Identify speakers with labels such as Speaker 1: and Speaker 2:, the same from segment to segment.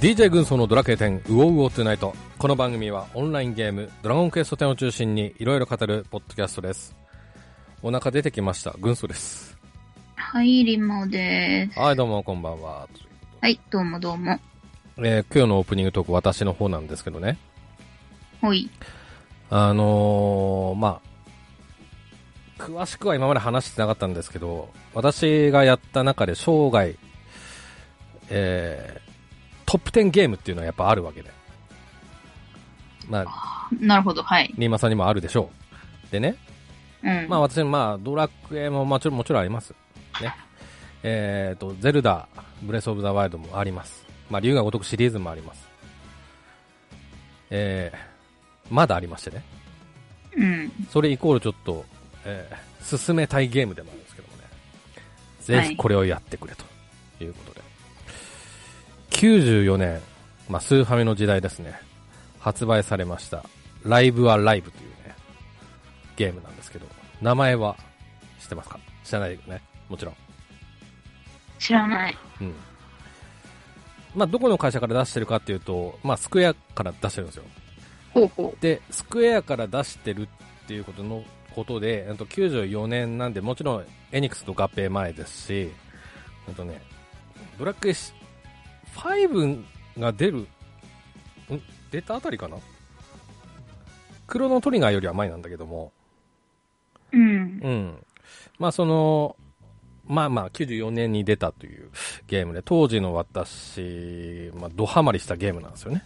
Speaker 1: DJ 軍曹のドラケー10ウオウオトゥナイトこの番組はオンラインゲームドラゴンクエスト10を中心にいろいろ語るポッドキャストですお腹出てきました軍曹です
Speaker 2: はい、リモです。
Speaker 1: はいどうもこんばんはということ
Speaker 2: はい、どうもどうも。
Speaker 1: で、えー今日のオープニングトーク私の方なんですけどね
Speaker 2: ほい。
Speaker 1: あのーまあ詳しくは今まで話してなかったんですけど私がやった中で生涯、えートップ10ゲームっていうのはやっぱあるわけでまあ
Speaker 2: なるほど、はい。
Speaker 1: リーマさんにもあるでしょう。でね、
Speaker 2: うん。
Speaker 1: まあ私もまあドラクエもまあちょもちろんあります。ね。えっ、と、ゼルダ、ブレスオブザワイルドもあります。まあ竜が如くシリーズもあります。えー、まだありましてね。
Speaker 2: うん。
Speaker 1: それイコールちょっと、えー進めたいゲームでもあるんですけどもね。ぜ
Speaker 2: は
Speaker 1: ひ
Speaker 2: い
Speaker 1: これをやってくれということで。94年、まあ、スーファミの時代ですね。発売されました。ライブはライブというね、ゲームなんですけど、名前は知ってますか知らないよね。もちろん。
Speaker 2: 知らない。
Speaker 1: うん。まあ、どこの会社から出してるかっていうと、まあ、スクエアから出してるんですよ。
Speaker 2: ほうほ
Speaker 1: でスクエアから出してるっていうことのことでえっと94年なんでもちろんエニックスと合併前ですしえっとねドラクエシ5が出るん出たあたりかなクロノトリガーよりは前なんだけども
Speaker 2: う。うん。
Speaker 1: うんまあそのまあまあ94年に出たというゲームで当時の私、まあ、ドハマりしたゲームなんですよね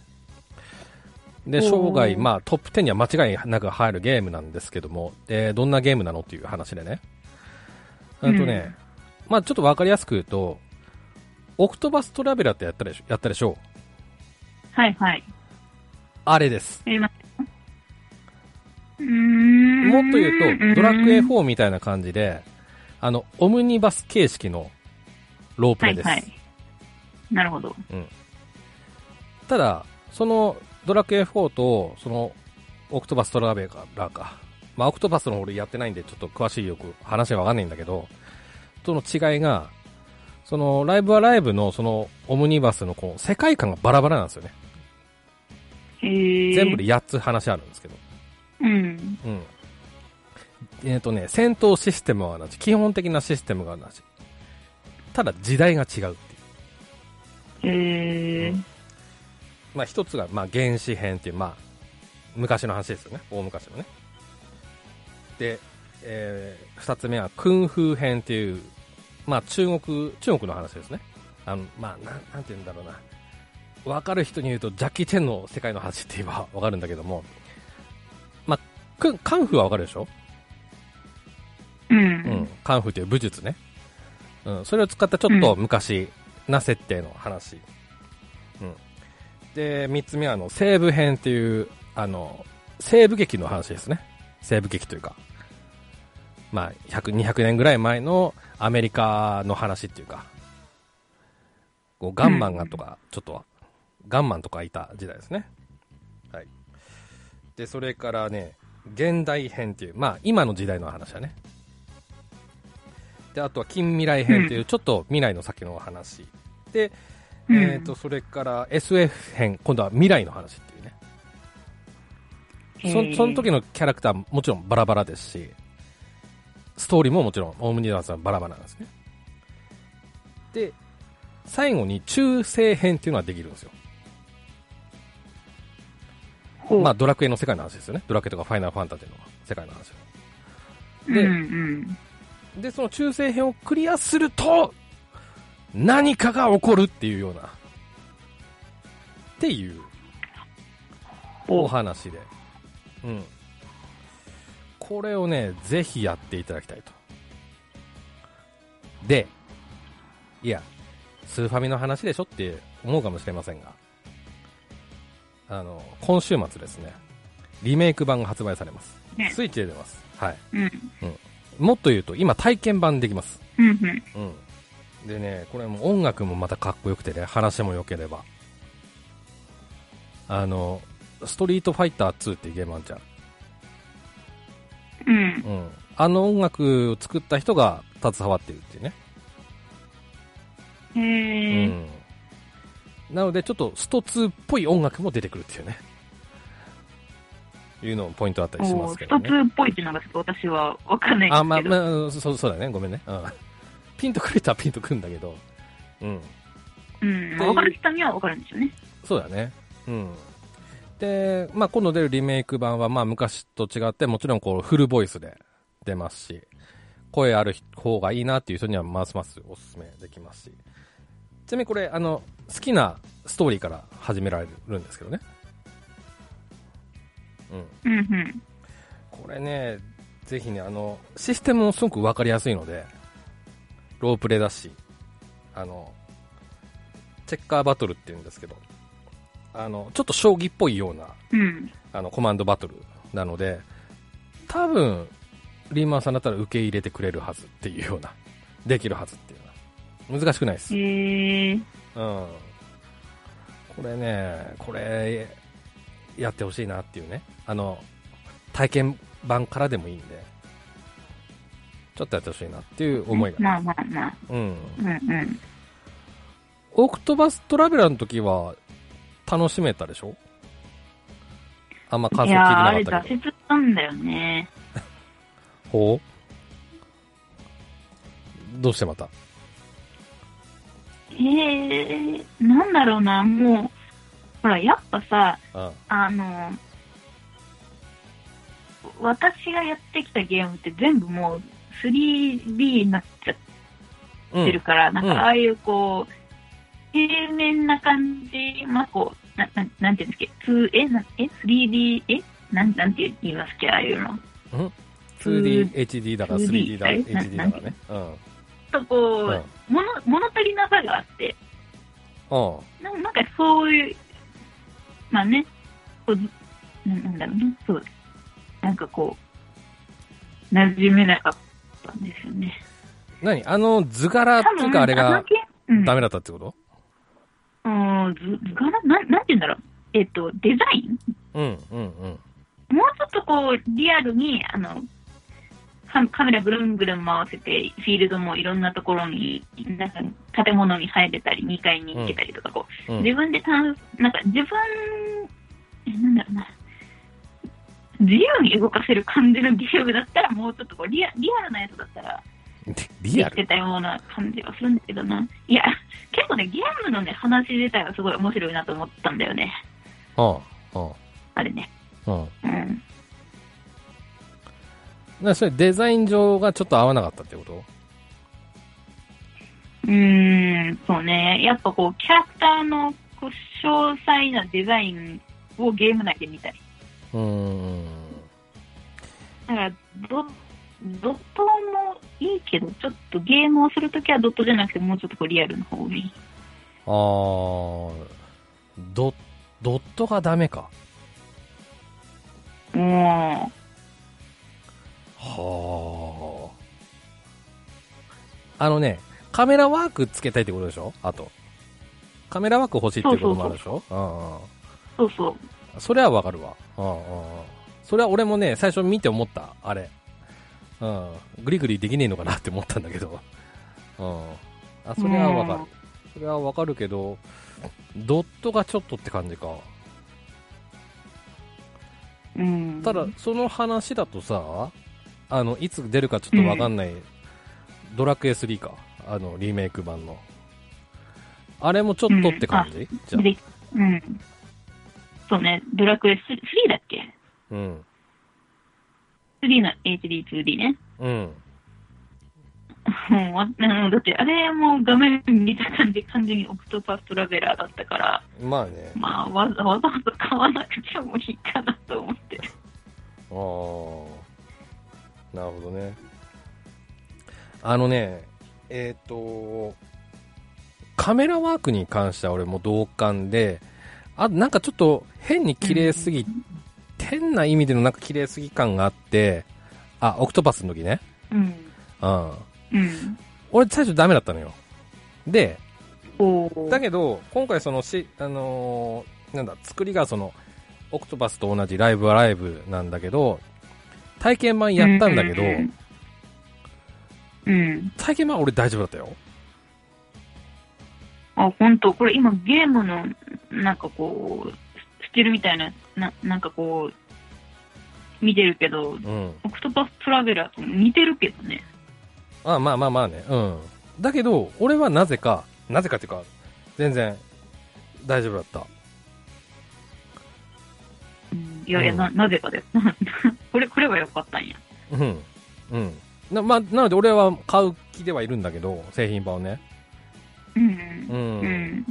Speaker 1: で生
Speaker 2: おー
Speaker 1: 涯、まあ、トップ10には間違いなく入るゲームなんですけども、えーどんなゲームなのっていう話でねあとね、まあちょっとわかりやすく言うとオクトバストラベラーってやったでしょやったでしょう
Speaker 2: はいはい。
Speaker 1: あれです
Speaker 2: やりましたうーん。
Speaker 1: もっと言うとドラクエ4みたいな感じであのオムニバス形式のロープ
Speaker 2: は
Speaker 1: レ
Speaker 2: い
Speaker 1: です、
Speaker 2: はい。なるほど。
Speaker 1: ただそのドラクエ4とそのオクトバストラベラーか、まあ、オクトバスの方俺やってないんでちょっと詳しいよく話はわかんないんだけどとの違いがそのライブはライブのそのオムニバスのこう世界観がバラバラなんですよね
Speaker 2: へー
Speaker 1: 全部で8つ話あるんですけど
Speaker 2: うん。
Speaker 1: うんえっ、とね戦闘システムは同じ基本的なシステムが同じただ時代が違うっていう
Speaker 2: へー
Speaker 1: まあ、一つが、まあ、原始編っていう、まあ、昔の話ですよね。大昔のね。で、えー二つ目は、空風編っていう、まあ、中国、中国の話ですね。あの、まあ、なん、なんて言うんだろうな。わかる人に言うと、ジャッキー・チェンの世界の話って言えばわかるんだけども、まあ、くカンフーはわかるでしょ
Speaker 2: う
Speaker 1: うん
Speaker 2: ん。、
Speaker 1: カンフーという武術ね、うん、それを使ったちょっと昔な設定の話、うん、で3つ目はあの西部編っていうあの西部劇の話ですね西部劇というか、まあ、100200年ぐらい前のアメリカの話っていうかこうガンマンがとかちょっとは、ガンマンとかいた時代ですねはいでそれからね現代編っていうまあ今の時代の話だねであとは近未来編というちょっと未来の先のお話、で、
Speaker 2: うん
Speaker 1: えー、とそれから SF 編今度は未来の話っていうねそその時
Speaker 2: の。
Speaker 1: のキャラクターももちろんバラバラですしストーリーももちろんオムニバスはバラバラなんですねで最後に中世編っていうのはできるんですよ
Speaker 2: ほう
Speaker 1: まあ、ドラクエの世界の話ですよねドラクエとかファイナルファンタジーの世界の話
Speaker 2: うんうん。
Speaker 1: でその中世編をクリアすると何かが起こるっていうようなっていうお
Speaker 2: ほ
Speaker 1: 話で、うん、これをねぜひやっていただきたいとでいやスーファミの話でしょって思うかもしれませんがあの今週末ですねリメイク版が発売されます、
Speaker 2: ね
Speaker 1: スイッチで出ます、はい、
Speaker 2: う。うん。
Speaker 1: もっと言うと今体験版できます
Speaker 2: うんうん。
Speaker 1: うん、でねこれも音楽もまたかっこよくてね話も良ければあの「ストリートファイター2」っていうゲームあんじゃん、
Speaker 2: うん。
Speaker 1: うん、あの音楽を作った人が携わってるっていうね、
Speaker 2: へ
Speaker 1: う
Speaker 2: ー
Speaker 1: ん、なので、ちょっとスト2っぽい音楽も出てくるっていうね。いうのもポイントあったりしますけど、
Speaker 2: ね。スト2っぽいっていうのがちょっと私はわかんないけど。
Speaker 1: あ、まあ、まあ、そう、そうだね。ごめんね。うん。ピンとくる人はピンとくるんだけど。うん。
Speaker 2: うん。わかる人にはわかるんですよね。
Speaker 1: そうだね。うん。で、まあ、今度出るリメイク版は、まあ、昔と違って、もちろん、こう、フルボイスで出ますし、声ある方がいいなっていう人には、ますますおすすめできますし。ちなみにこれ、あの、好きなストーリーから始められるんですけどね。
Speaker 2: うん。うんうん。
Speaker 1: これね、ぜひね、あの、システムもすごくわかりやすいので、ロープレだし、あの、チェッカーバトルって言うんですけど、あの、ちょっと将棋っぽいような、
Speaker 2: うん、
Speaker 1: あの、コマンドバトルなので、多分、リーマンさんだったら受け入れてくれるはずっていうような、できるはずっていうな。難しくないです。
Speaker 2: へ、えー、
Speaker 1: うん。これね、これ、やってほしいなっていうね。あの、体験版からでもいいんで、ちょっとやってほしいなっていう思いが。
Speaker 2: まあまあまあ。
Speaker 1: うん。
Speaker 2: うんうん。
Speaker 1: オクトバストラベラーの時は、楽しめたでしょあんま感想聞いてなかったけど。いや
Speaker 2: あれ挫折したんだよね。
Speaker 1: ほうどうしてまた
Speaker 2: えー、なんだろうな、もう、ほら、やっぱさ、
Speaker 1: うん、
Speaker 2: あの、私がやってきたゲームって全部もう 3D になっちゃってるから、うん、なんかああいうこう、うん平面な感じ、まあ、こう、な、ななんていうんですっけ、2、え、な、え、3D、え、なん、なんて言いますっけ、ああいうの。
Speaker 1: ん 2D、HD だから 3D だ、HD だからね。うん。
Speaker 2: とこう、うん、物、物足りなさがあって。。
Speaker 1: うん
Speaker 2: ななんかそういう、まあね、こう、ななんだろうね、そう。なんかこう、馴染めなかったんですよね。
Speaker 1: 何あの図柄っていうかあれが、ダメだったってこと、
Speaker 2: うん、図柄な、なんて言うんだろう。えっ、ー、と、デザイン
Speaker 1: うんうんうん。
Speaker 2: もうちょっとこう、リアルに、あの、カメラぐるんぐるん回せて、フィールドもいろんなところに、なんか建物に入れたり、2階に行けたりとか、こう、うん、自分でたん、なんか自分、え、なんだろうな、自由に動かせる感じのゲームだったら、もうちょっとこう、リアリアルなやつだったら、
Speaker 1: リアル
Speaker 2: てたような感じがするんだけどな。いや、結構ね、ゲームのね、話自体はすごい面白いなと思ったんだよね。
Speaker 1: ああ、ああ。
Speaker 2: あれね。
Speaker 1: ああ
Speaker 2: うん。
Speaker 1: な、それデザイン上がちょっと合わなかったってこと
Speaker 2: うーん、そうね。やっぱこう、キャラクターのこう詳細なデザインをゲーム内で見たい。
Speaker 1: うーん。
Speaker 2: だから、ど、ドットもいいけど、ちょっとゲームをするときはドットじゃなくて、もうちょっとこうリアルの方がいい。
Speaker 1: あー、ドドットがダメか。
Speaker 2: うん。は
Speaker 1: ー。あのね、カメラワークつけたいってことでしょあと。カメラワーク欲しいっていうこともあるでしょ
Speaker 2: そうそうそう。そうそう。
Speaker 1: それはわかるわ。うんうん。それは俺もね、最初見て思った、あれ。うん、グリグリできねえのかなって思ったんだけど、うん、あそれはわかる、それはわかるけど、ドットがちょっとって感じか、
Speaker 2: うん、
Speaker 1: ただ、その話だとさあの、いつ出るかちょっとわかんない、うん、ドラクエ3か、あのリメイク版の、あれもちょっとって感じ、じゃ
Speaker 2: うん、そうね、ドラクエ3だっけ
Speaker 1: うん
Speaker 2: 3D の HD、2D
Speaker 1: ね。うん。
Speaker 2: もうだって、あれも画面見た感じ、完全にオクトパストラベラーだったから、
Speaker 1: まあね。
Speaker 2: まあ、わざわざ買わなくてもいいかなと思って
Speaker 1: ああ、なるほどね。あのね、えっ、ー、と、カメラワークに関しては俺も同感で、あなんかちょっと変に綺麗すぎて、うん変な意味でのなんか綺麗すぎ感があって、あ、オクトパスの時。
Speaker 2: ね。うん
Speaker 1: うん。
Speaker 2: うん、
Speaker 1: 俺最初ダメだったのよ。で、だけ
Speaker 2: ど、
Speaker 1: ど、今回そのし、あのー、なんだ、作りがその、オクトパスと同じライブはライブなんだけど、体験版やったんだけど、
Speaker 2: うん。
Speaker 1: 体験版俺大丈夫だったよ。
Speaker 2: あ、本当これ今ゲームの、なんかこう、スチールみたいな、ななんかこう、見てるけど、
Speaker 1: うん。
Speaker 2: オクトパストラベラーと似てるけどね。
Speaker 1: あまあまあまあね。うん。だけど、俺はなぜか、なぜかっていうか、全然、大丈夫だった。
Speaker 2: うんいやいや、
Speaker 1: うん
Speaker 2: な、なぜかだよ。 これ、これは良かったんや。
Speaker 1: うん。うん。な、まあ、なので俺は買う気ではいるんだけど、製品版をね。
Speaker 2: うん
Speaker 1: う。ん。
Speaker 2: うん。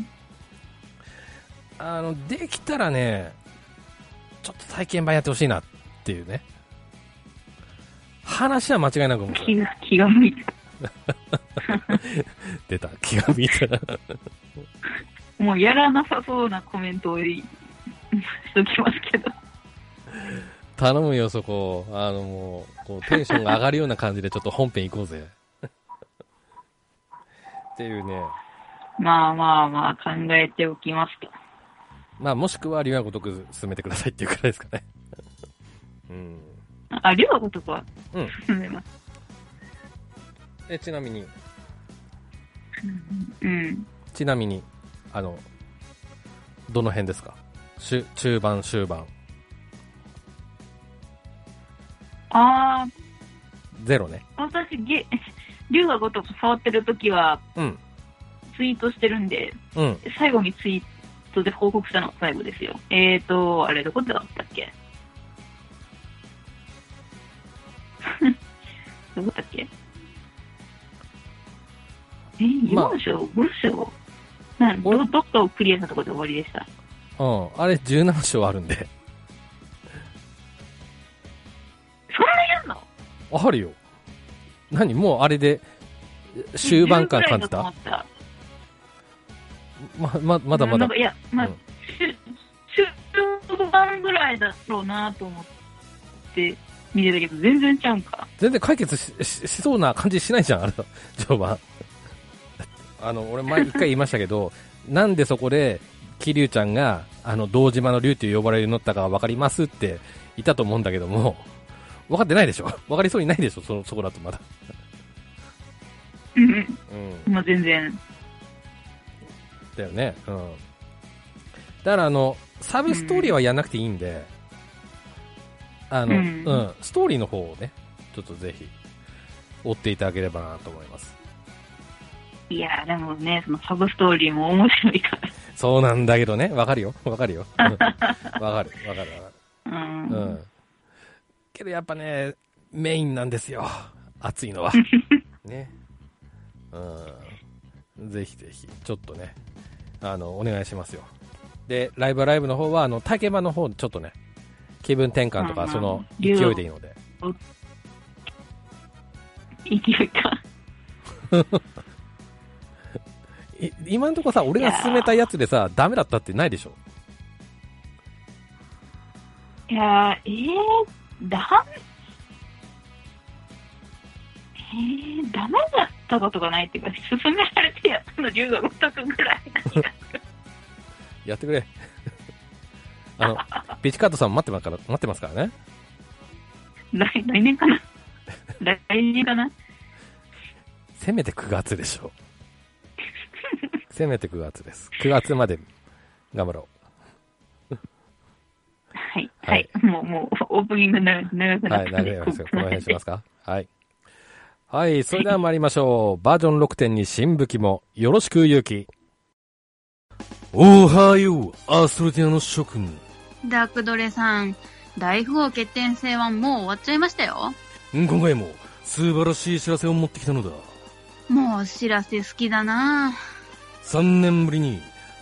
Speaker 1: あの、できたらね、ちょっと体験版やってほしいなっていうね。話は間違いなく面白
Speaker 2: 気
Speaker 1: い
Speaker 2: が、気が向いた。
Speaker 1: 出た。気が向いたら。
Speaker 2: もうやらなさそうなコメントをい しときますけど。
Speaker 1: 頼むよ、そこ。あの、もう、こう、テンションが上がるような感じで、ちょっと本編行こうぜ。っていうね。
Speaker 2: まあまあまあ、考えておきますと。
Speaker 1: まあ、もしくは、竜が如く進めてくださいっていうくらいですかね。うん。
Speaker 2: あ、りょ うごとか。
Speaker 1: うん。
Speaker 2: 進めます。
Speaker 1: え、ちなみに、
Speaker 2: うん。
Speaker 1: ちなみに、あの、どの辺ですか終中盤、終盤。
Speaker 2: あ
Speaker 1: ゼロね。
Speaker 2: あ、私、ゲ、 龍がごとく触ってるときは、
Speaker 1: うん。
Speaker 2: ツイートしてるんで、
Speaker 1: うん。
Speaker 2: 最後にツイートで報告したのが最後ですよ。えーと、あれどこでだったっけ どこだっけえ、
Speaker 1: まあ
Speaker 2: 4章、5章なん
Speaker 1: これ
Speaker 2: どどっかをクリアしたところで終わりでした。
Speaker 1: うん。あれ、17章あるんで。
Speaker 2: そんなやんの
Speaker 1: あるよ。何もう、あれで、終盤感感じた
Speaker 2: 10ぐらいだと思っ
Speaker 1: ま、ま、まだま
Speaker 2: な
Speaker 1: だ
Speaker 2: んか。いや、まあ
Speaker 1: うん、
Speaker 2: 中中盤ぐらいだろうなと思って見てたけど、全然ちゃうんか。
Speaker 1: 全然解決しししそうな感じしないじゃん、あれ、序盤。あの、俺前一回言いましたけど、 なんでそこで、桐生ちゃんが、あの、堂島の竜と呼ばれるようになったか分かりますって言ったと思うんだけども、分かってないでしょ分かりそうにないでしょその、そこだとまだ。
Speaker 2: うんうん。
Speaker 1: うん。
Speaker 2: まあ、全然。
Speaker 1: だよね。うん。だからあの、サブストーリーはやんなくていいんで、あの、う
Speaker 2: うんん、
Speaker 1: ストーリーの方をね、ちょっとぜひ、追っていただければなと思います。
Speaker 2: いや、でもね、そのサブストーリーも面白いか
Speaker 1: そうなんだけどね。わかるよ。わかるよ。うんわかる。わかる。わかる。
Speaker 2: ら。うん。
Speaker 1: うん。けどやっぱね、メインなんですよ。熱いの は。ね。うん。ぜひぜひ、ちょっとね、あの、お願いしますよ。で、ライブライブの方は、あの、体験版の方、ちょっとね、気分転換と
Speaker 2: う
Speaker 1: か、
Speaker 2: んうん
Speaker 1: その、勢いでいいので。
Speaker 2: 勢いか。
Speaker 1: い今んとこさ、俺が勧めたやつでさ、ダメだったってないでしょ。
Speaker 2: いやー、えー、だえー、ダメだったことがないっていうか、勧められてやったの、龍が5択ぐら い。
Speaker 1: やってくれ。 あの、ピチカートさん待ってますから、待ってますからね。
Speaker 2: 来来年かな来年かな
Speaker 1: せめて9月でしょう。せめて9月です。9月まで頑張ろ
Speaker 2: はい、は
Speaker 1: はい
Speaker 2: い、 もう、もう、オープニング長く長く
Speaker 1: う。
Speaker 2: な
Speaker 1: は
Speaker 2: っ
Speaker 1: い、
Speaker 2: た
Speaker 1: 長
Speaker 2: んで
Speaker 1: いですよ。この辺にしますか。はい。はい、それでは参りましょう。バージョン6.2新武器もよろしく勇気。おはよう、アストロティアの諸君。
Speaker 3: ダークドレさん、大富豪決定戦はもう終わっちゃいましたよ。
Speaker 1: 今回も素晴らしい知らせを持ってきたのだ。
Speaker 3: もう知らせ好きだな
Speaker 1: 3年ぶりに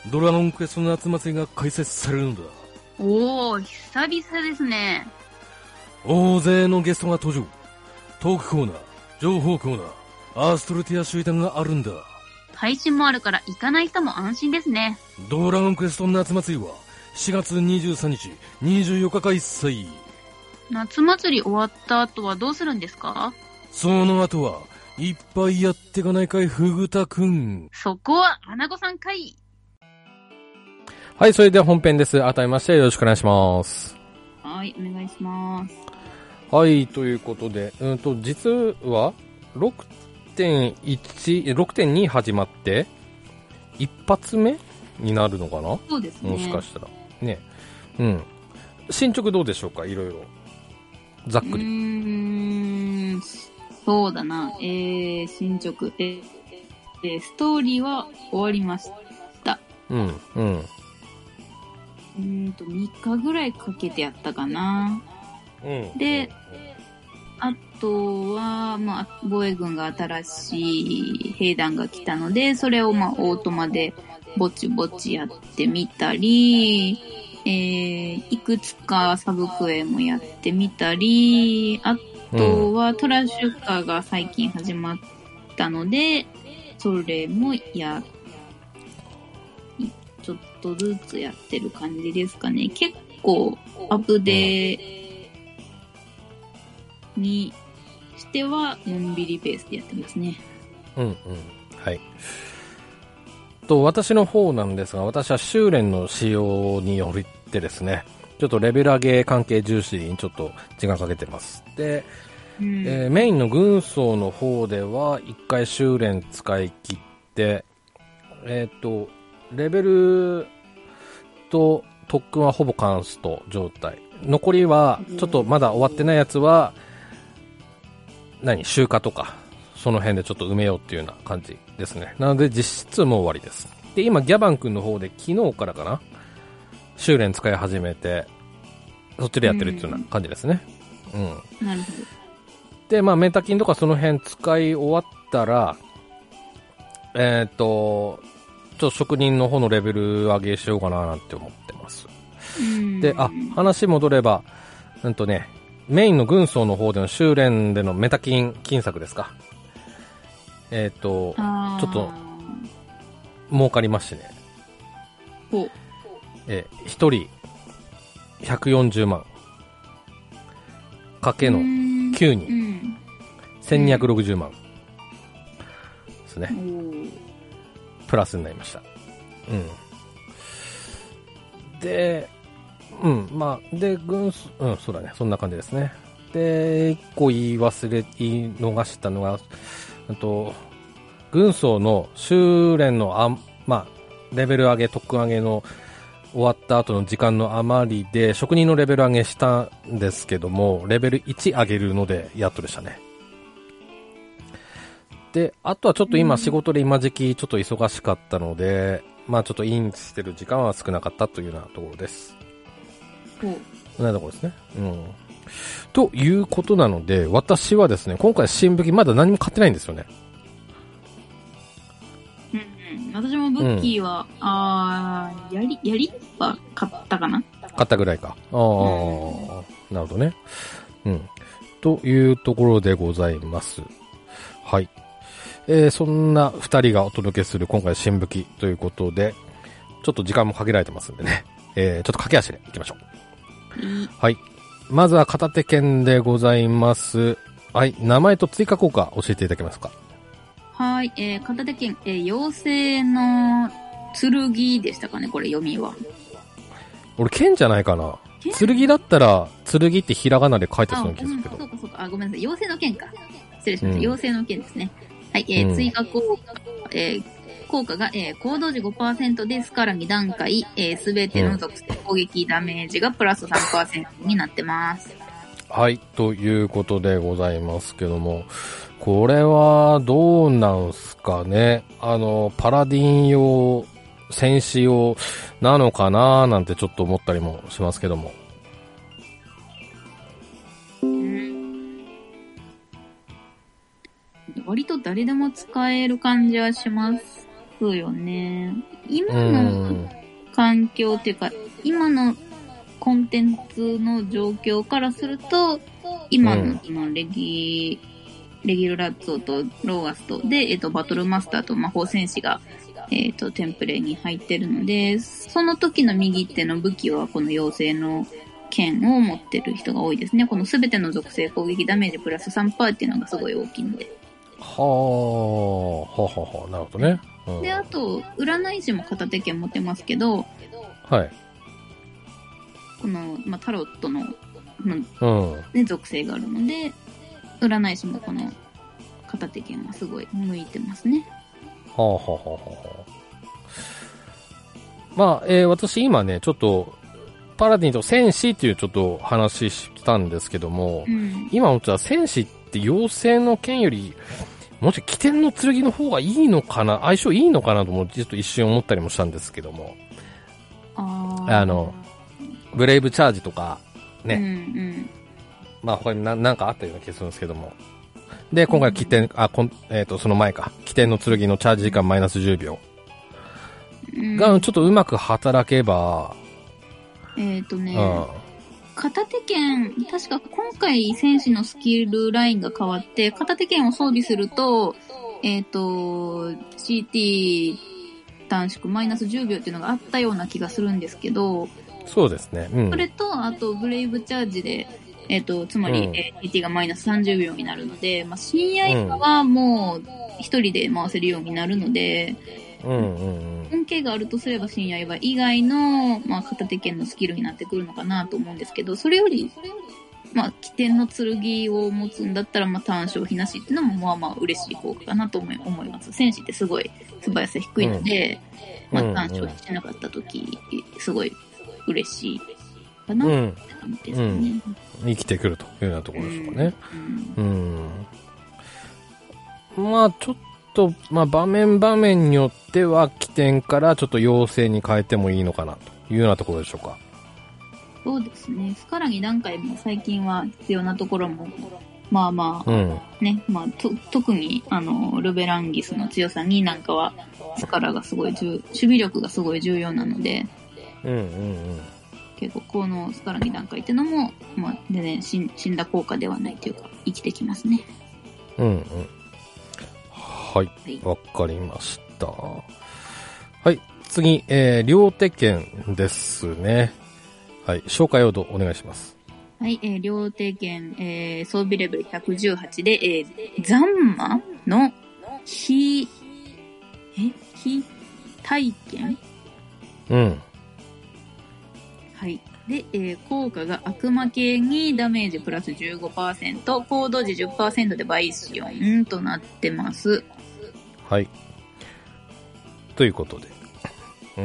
Speaker 1: ドラゴンクエストの夏祭りが開催されるのだ。
Speaker 3: おお、久々ですね。
Speaker 1: 大勢のゲストが登場トークコーナー情報コーナーアーストルティア集団があるんだ
Speaker 3: 配信もあるから行かない人も安心ですね。
Speaker 1: ドラゴンクエスト夏祭りは4月23日24日開催
Speaker 3: 夏祭り終わった後はどうするんですか
Speaker 1: その後はいっぱいやってかないかいフグタくん
Speaker 3: そこは、アナゴさん会
Speaker 1: はいそれでは本編です改めましてよろしくお願いします
Speaker 3: はい、お願いします。
Speaker 1: はいということでうんと実は6.1え6.2始まって一発目になるのかな
Speaker 3: そうですね。
Speaker 1: もしかしたら。ね。うん。進捗どうでしょうかいろいろ。ざっく
Speaker 3: う
Speaker 1: り。
Speaker 3: ーん、そうだな。えー、進捗。えーえーストーリーは終わりました。
Speaker 1: うん、うん。
Speaker 3: うーんと、3日ぐらいかけてやったかな。
Speaker 1: うん。
Speaker 3: であとは、まあ、防衛軍が新しい兵団が来たので、それをまあ、オートマでぼちぼちやってみたり、えー、いくつかサブクエもやってみたり、あ
Speaker 1: うん、
Speaker 3: とはトラッシュカーが最近始まったので、それもや、ちょっとずつやってる感じですかね。結構アップデにしては、のんびりベースでやってますね。
Speaker 1: うん、うん。はい。と、私の方なんですが、私は修練の仕様によりってですね、ちょっとレベル上げ関係重視にちょっと時間かけてます。で、
Speaker 3: うん
Speaker 1: えーメインの軍曹の方では一回修練使い切ってえっ、とレベルと特訓はほぼカンスト状態残りはちょっとまだ終わってないやつは何集荷とかその辺でちょっと埋めようっていうような感じですねなので実質もう終わりですで今ギャバン君の方で昨日からかな修練使い始めてそっちでやってるっていうような感じですねうん
Speaker 3: なるほど。
Speaker 1: で、まあ、メタキンとかその辺使い終わったら、えっ、と、ちょっと職人の方のレベル上げしようかななんて思ってます。
Speaker 3: うん
Speaker 1: で、あ、話戻れば、うんとね、メインの軍曹の方での修練でのメタキン、金策ですか。えっ、と、
Speaker 3: あー
Speaker 1: ちょっと儲かりましてね、
Speaker 3: ほう
Speaker 1: えー、1人140万、かけの
Speaker 3: うん
Speaker 1: 9
Speaker 3: う
Speaker 1: 人、
Speaker 3: ん。
Speaker 1: 1260万ですね
Speaker 3: お。ー
Speaker 1: プラスになりました。うん。で、うん、まあ、で、軍曹、うん、そうだね、そんな感じですね。で、一個言い忘れ、言い逃したのが、うんと、軍曹の修練のあん、まあ、レベル上げ、特訓上げの終わった後の時間の余りで、職人のレベル上げしたんですけども、レベル1上げるので、やっとでしたね。で、あとはちょっと今仕事で今時期ちょっと忙しかったので、まあちょっとインしてる時間は少なかったというようなところです。
Speaker 3: ほう
Speaker 1: そんなところですね。うん。ということなので、私はですね、今回新武器まだ何も買ってないんですよね。
Speaker 3: うんうん、私もブッキーは、ああやり、やりっぱ買ったかな
Speaker 1: 買ったぐらいか。ああ、なるほどね。うん。というところでございます。はい。えー、そんな二人がお届けする今回新武器ということで、ちょっと時間も限られてますんでね。えー、ちょっと駆け足で行きましょう。
Speaker 3: い
Speaker 1: はい。まずは片手剣でございます。はい。名前と追加効果教えていただけますか
Speaker 3: はい、えー、片手剣、えー、妖精の剣でしたかね、これ読みは。
Speaker 1: 俺、剣じゃないかな。
Speaker 3: 剣
Speaker 1: 剣だったら、剣ってひらがなで書いて
Speaker 3: あ、
Speaker 1: そう
Speaker 3: う
Speaker 1: なん気がするけ
Speaker 3: そ
Speaker 1: ど
Speaker 3: う。かそうか、あ、ごめんなさい、妖精の剣か。失礼しました、
Speaker 1: うん
Speaker 3: 妖精の剣ですね。はい、えー
Speaker 1: うん
Speaker 3: 追加効果、えー効果が、えー行動時5%でスから2段階、す、べ、ての属性攻撃ダメージがプラス3%になってます。
Speaker 1: はい。ということでございますけども、これはどうなんすかね。あの、パラディン用、戦士用なのかななんてちょっと思ったりもしますけども。
Speaker 3: 割と誰でも使える感じはしますよね。今
Speaker 1: う
Speaker 3: の
Speaker 1: ん。
Speaker 3: 環境っていうか、今のコンテンツの状況からすると、今
Speaker 1: う
Speaker 3: の
Speaker 1: ん
Speaker 3: 今レギ、レギュラッツォとローガスと、で、えっと、バトルマスターと魔法戦士が、えっと、テンプレに入ってるので、その時の右手の武器はこの妖精の剣を持ってる人が多いですね。この全ての属性攻撃ダメージプラス3%っていうのがすごい大きいので。
Speaker 1: はあ、はあはあはあ、なるほどね。うん
Speaker 3: で、あと、占い師も片手剣持ってますけど、
Speaker 1: はい。
Speaker 3: この、まあ、タロットの、の
Speaker 1: うん。
Speaker 3: ね、属性があるので、占い師もこの片手剣はすごい向いてますね。
Speaker 1: はあはあはあはあ。まあ、えー私今ね、ちょっと、パラディンと戦士っていうちょっと話したんですけども、
Speaker 3: うん。
Speaker 1: 今思ったら戦士って妖精の剣より、もし起点の剣の方がいいのかな、相性いいのかなともちょっと一瞬思ったりもしたんですけども、
Speaker 3: あー
Speaker 1: あの、ブレイブチャージとか、ね
Speaker 3: うん
Speaker 1: まあ他にななんかあったような気がするんですけども。で、今回起点、あ、こんえっ、と、その前か。起点の剣のチャージ時間マイナス10秒。
Speaker 3: うん。うん、
Speaker 1: が、ちょっとうまく働けば、
Speaker 3: えっ、と
Speaker 1: う
Speaker 3: ね、
Speaker 1: ん。
Speaker 3: 片手剣、確か今回選手のスキルラインが変わって、片手剣を装備すると、えっ、と、CT 短縮マイナス10秒っていうのがあったような気がするんですけど、
Speaker 1: そうですね。うん
Speaker 3: そ。れと、あと、ブレイブチャージで、えっ、と、つまり、
Speaker 1: うん
Speaker 3: えー CT がマイナス30秒になるので、まあ、CI 化はもう、一人で回せるようになるので、
Speaker 1: うんうんうん。
Speaker 3: 恩恵があるとすれば親愛は以外の、まあ、片手剣のスキルになってくるのかなと思うんですけどそれより、まあ、起点の剣を持つんだったら、まあ、短所ひなしっていうのもまあまあ嬉しい効果かなと思い思います戦士ってすごい素早さ低いので、
Speaker 1: うん
Speaker 3: まあ、短所してなかった時すごい嬉しいか
Speaker 1: う
Speaker 3: なって
Speaker 1: ん。
Speaker 3: 感じですかね。
Speaker 1: 生きてくるというようなところでしょうかね。
Speaker 3: うん
Speaker 1: うん。まあ、ちょっと、まあ、場面場面によっては、起点からちょっと妖精に変えてもいいのかな、というようなところでしょうか。
Speaker 3: そうですね。スカラギ何回も最近は必要なところも、まあまあ、
Speaker 1: うん。
Speaker 3: ね、まあ、と特にあのルベランギスの強さになんかは力がすごい重守備力がすごい重要なので
Speaker 1: うんうん
Speaker 3: 結構このスカラギ段階ってのも、まあ、全然死ん死んだ効果ではないというか生きてきますね
Speaker 1: うん。うんうん。はい。
Speaker 3: はい
Speaker 1: わかりました。はい。次、えー、両手剣ですね。はい。紹介をどうお願いします。
Speaker 3: はい、えー両手剣、えー装備レベル118で、えーザンマの非え非体験
Speaker 1: うん。
Speaker 3: はい。で、えー効果が悪魔系にダメージプラス15%、行動時10%で倍シオンとなってます。
Speaker 1: はい。ということで。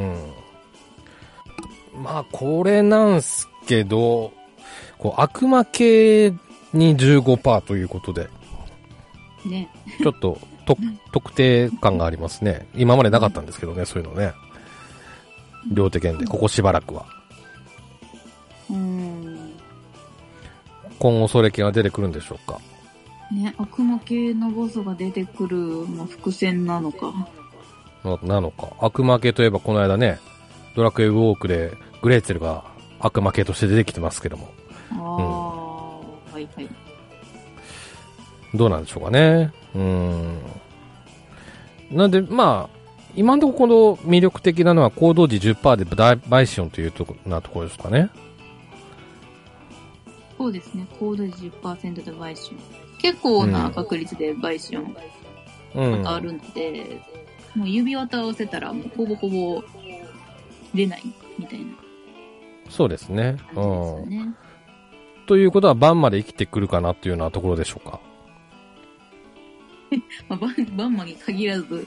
Speaker 1: うん。まあ、これなんすけど、こう悪魔系に15%ということで、
Speaker 3: ね。
Speaker 1: ちょっとと特定感がありますね。今までなかったんですけどね、そういうのね。両手剣で、ここしばらくは。
Speaker 3: うーん。
Speaker 1: 今後それ系が出てくるんでしょうか。
Speaker 3: ね、悪魔系のボスが出てくる、もう伏線なのか。
Speaker 1: ななのか。悪魔系といえばこの間ね、ドラクエウォークでグレーツェルが悪魔系として出てきてますけども、
Speaker 3: ああ、はいはい。
Speaker 1: どうなんでしょうかね。うーん。なんで、まあ、今のところ魅力的なのは行動時10%でバイバイシオンというとこなところですかね。
Speaker 3: そうですね、行動時10%で倍シオン。結構な確率で倍シオン
Speaker 1: うん。
Speaker 3: があるので、もう指輪と合わせたら、もうほぼほぼ出ないみたいな
Speaker 1: そうですね。う
Speaker 3: 感じですよ
Speaker 1: ん。
Speaker 3: ね。
Speaker 1: ということは晩まで生きてくるかなというようなところでしょうか。
Speaker 3: まあ、バンバンマに限らず、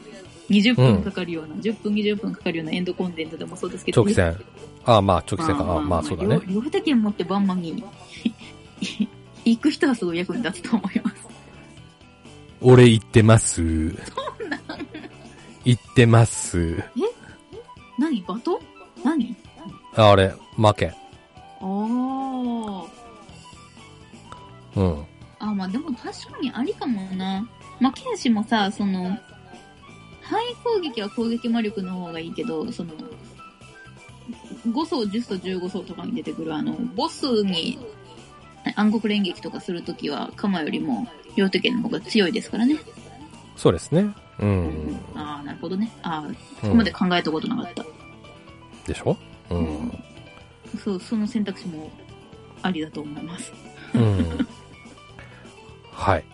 Speaker 3: 20分かかるような、10分20分かかるようなエンドコンテンツでもそうですけど、
Speaker 1: 長期戦。ああ、まあ、長期
Speaker 3: まあ
Speaker 1: 戦か。ああ、まあ、そうだね。
Speaker 3: 両両手剣持ってバンマに 行く人はすごい役に立つと思います。
Speaker 1: 俺行ってます。そんな。行ってます。
Speaker 3: 何バト何
Speaker 1: ああれ、負け。
Speaker 3: あー。
Speaker 1: うん。
Speaker 3: あ、まあでも確かにありかもな。まあ、剣士もさ、その、範囲攻撃は攻撃魔力の方がいいけど、その、5層、10層、15層とかに出てくる、あの、ボスに暗黒連撃とかするときは、鎌よりも両手剣の方が強いですからね。
Speaker 1: そうですね。うん。
Speaker 3: ああ、なるほどね。ああ、
Speaker 1: う
Speaker 3: そ
Speaker 1: ん
Speaker 3: こまで考えたことなかった。
Speaker 1: でしょうん。
Speaker 3: そう、その選択肢もありだと思います。
Speaker 1: うん。はい。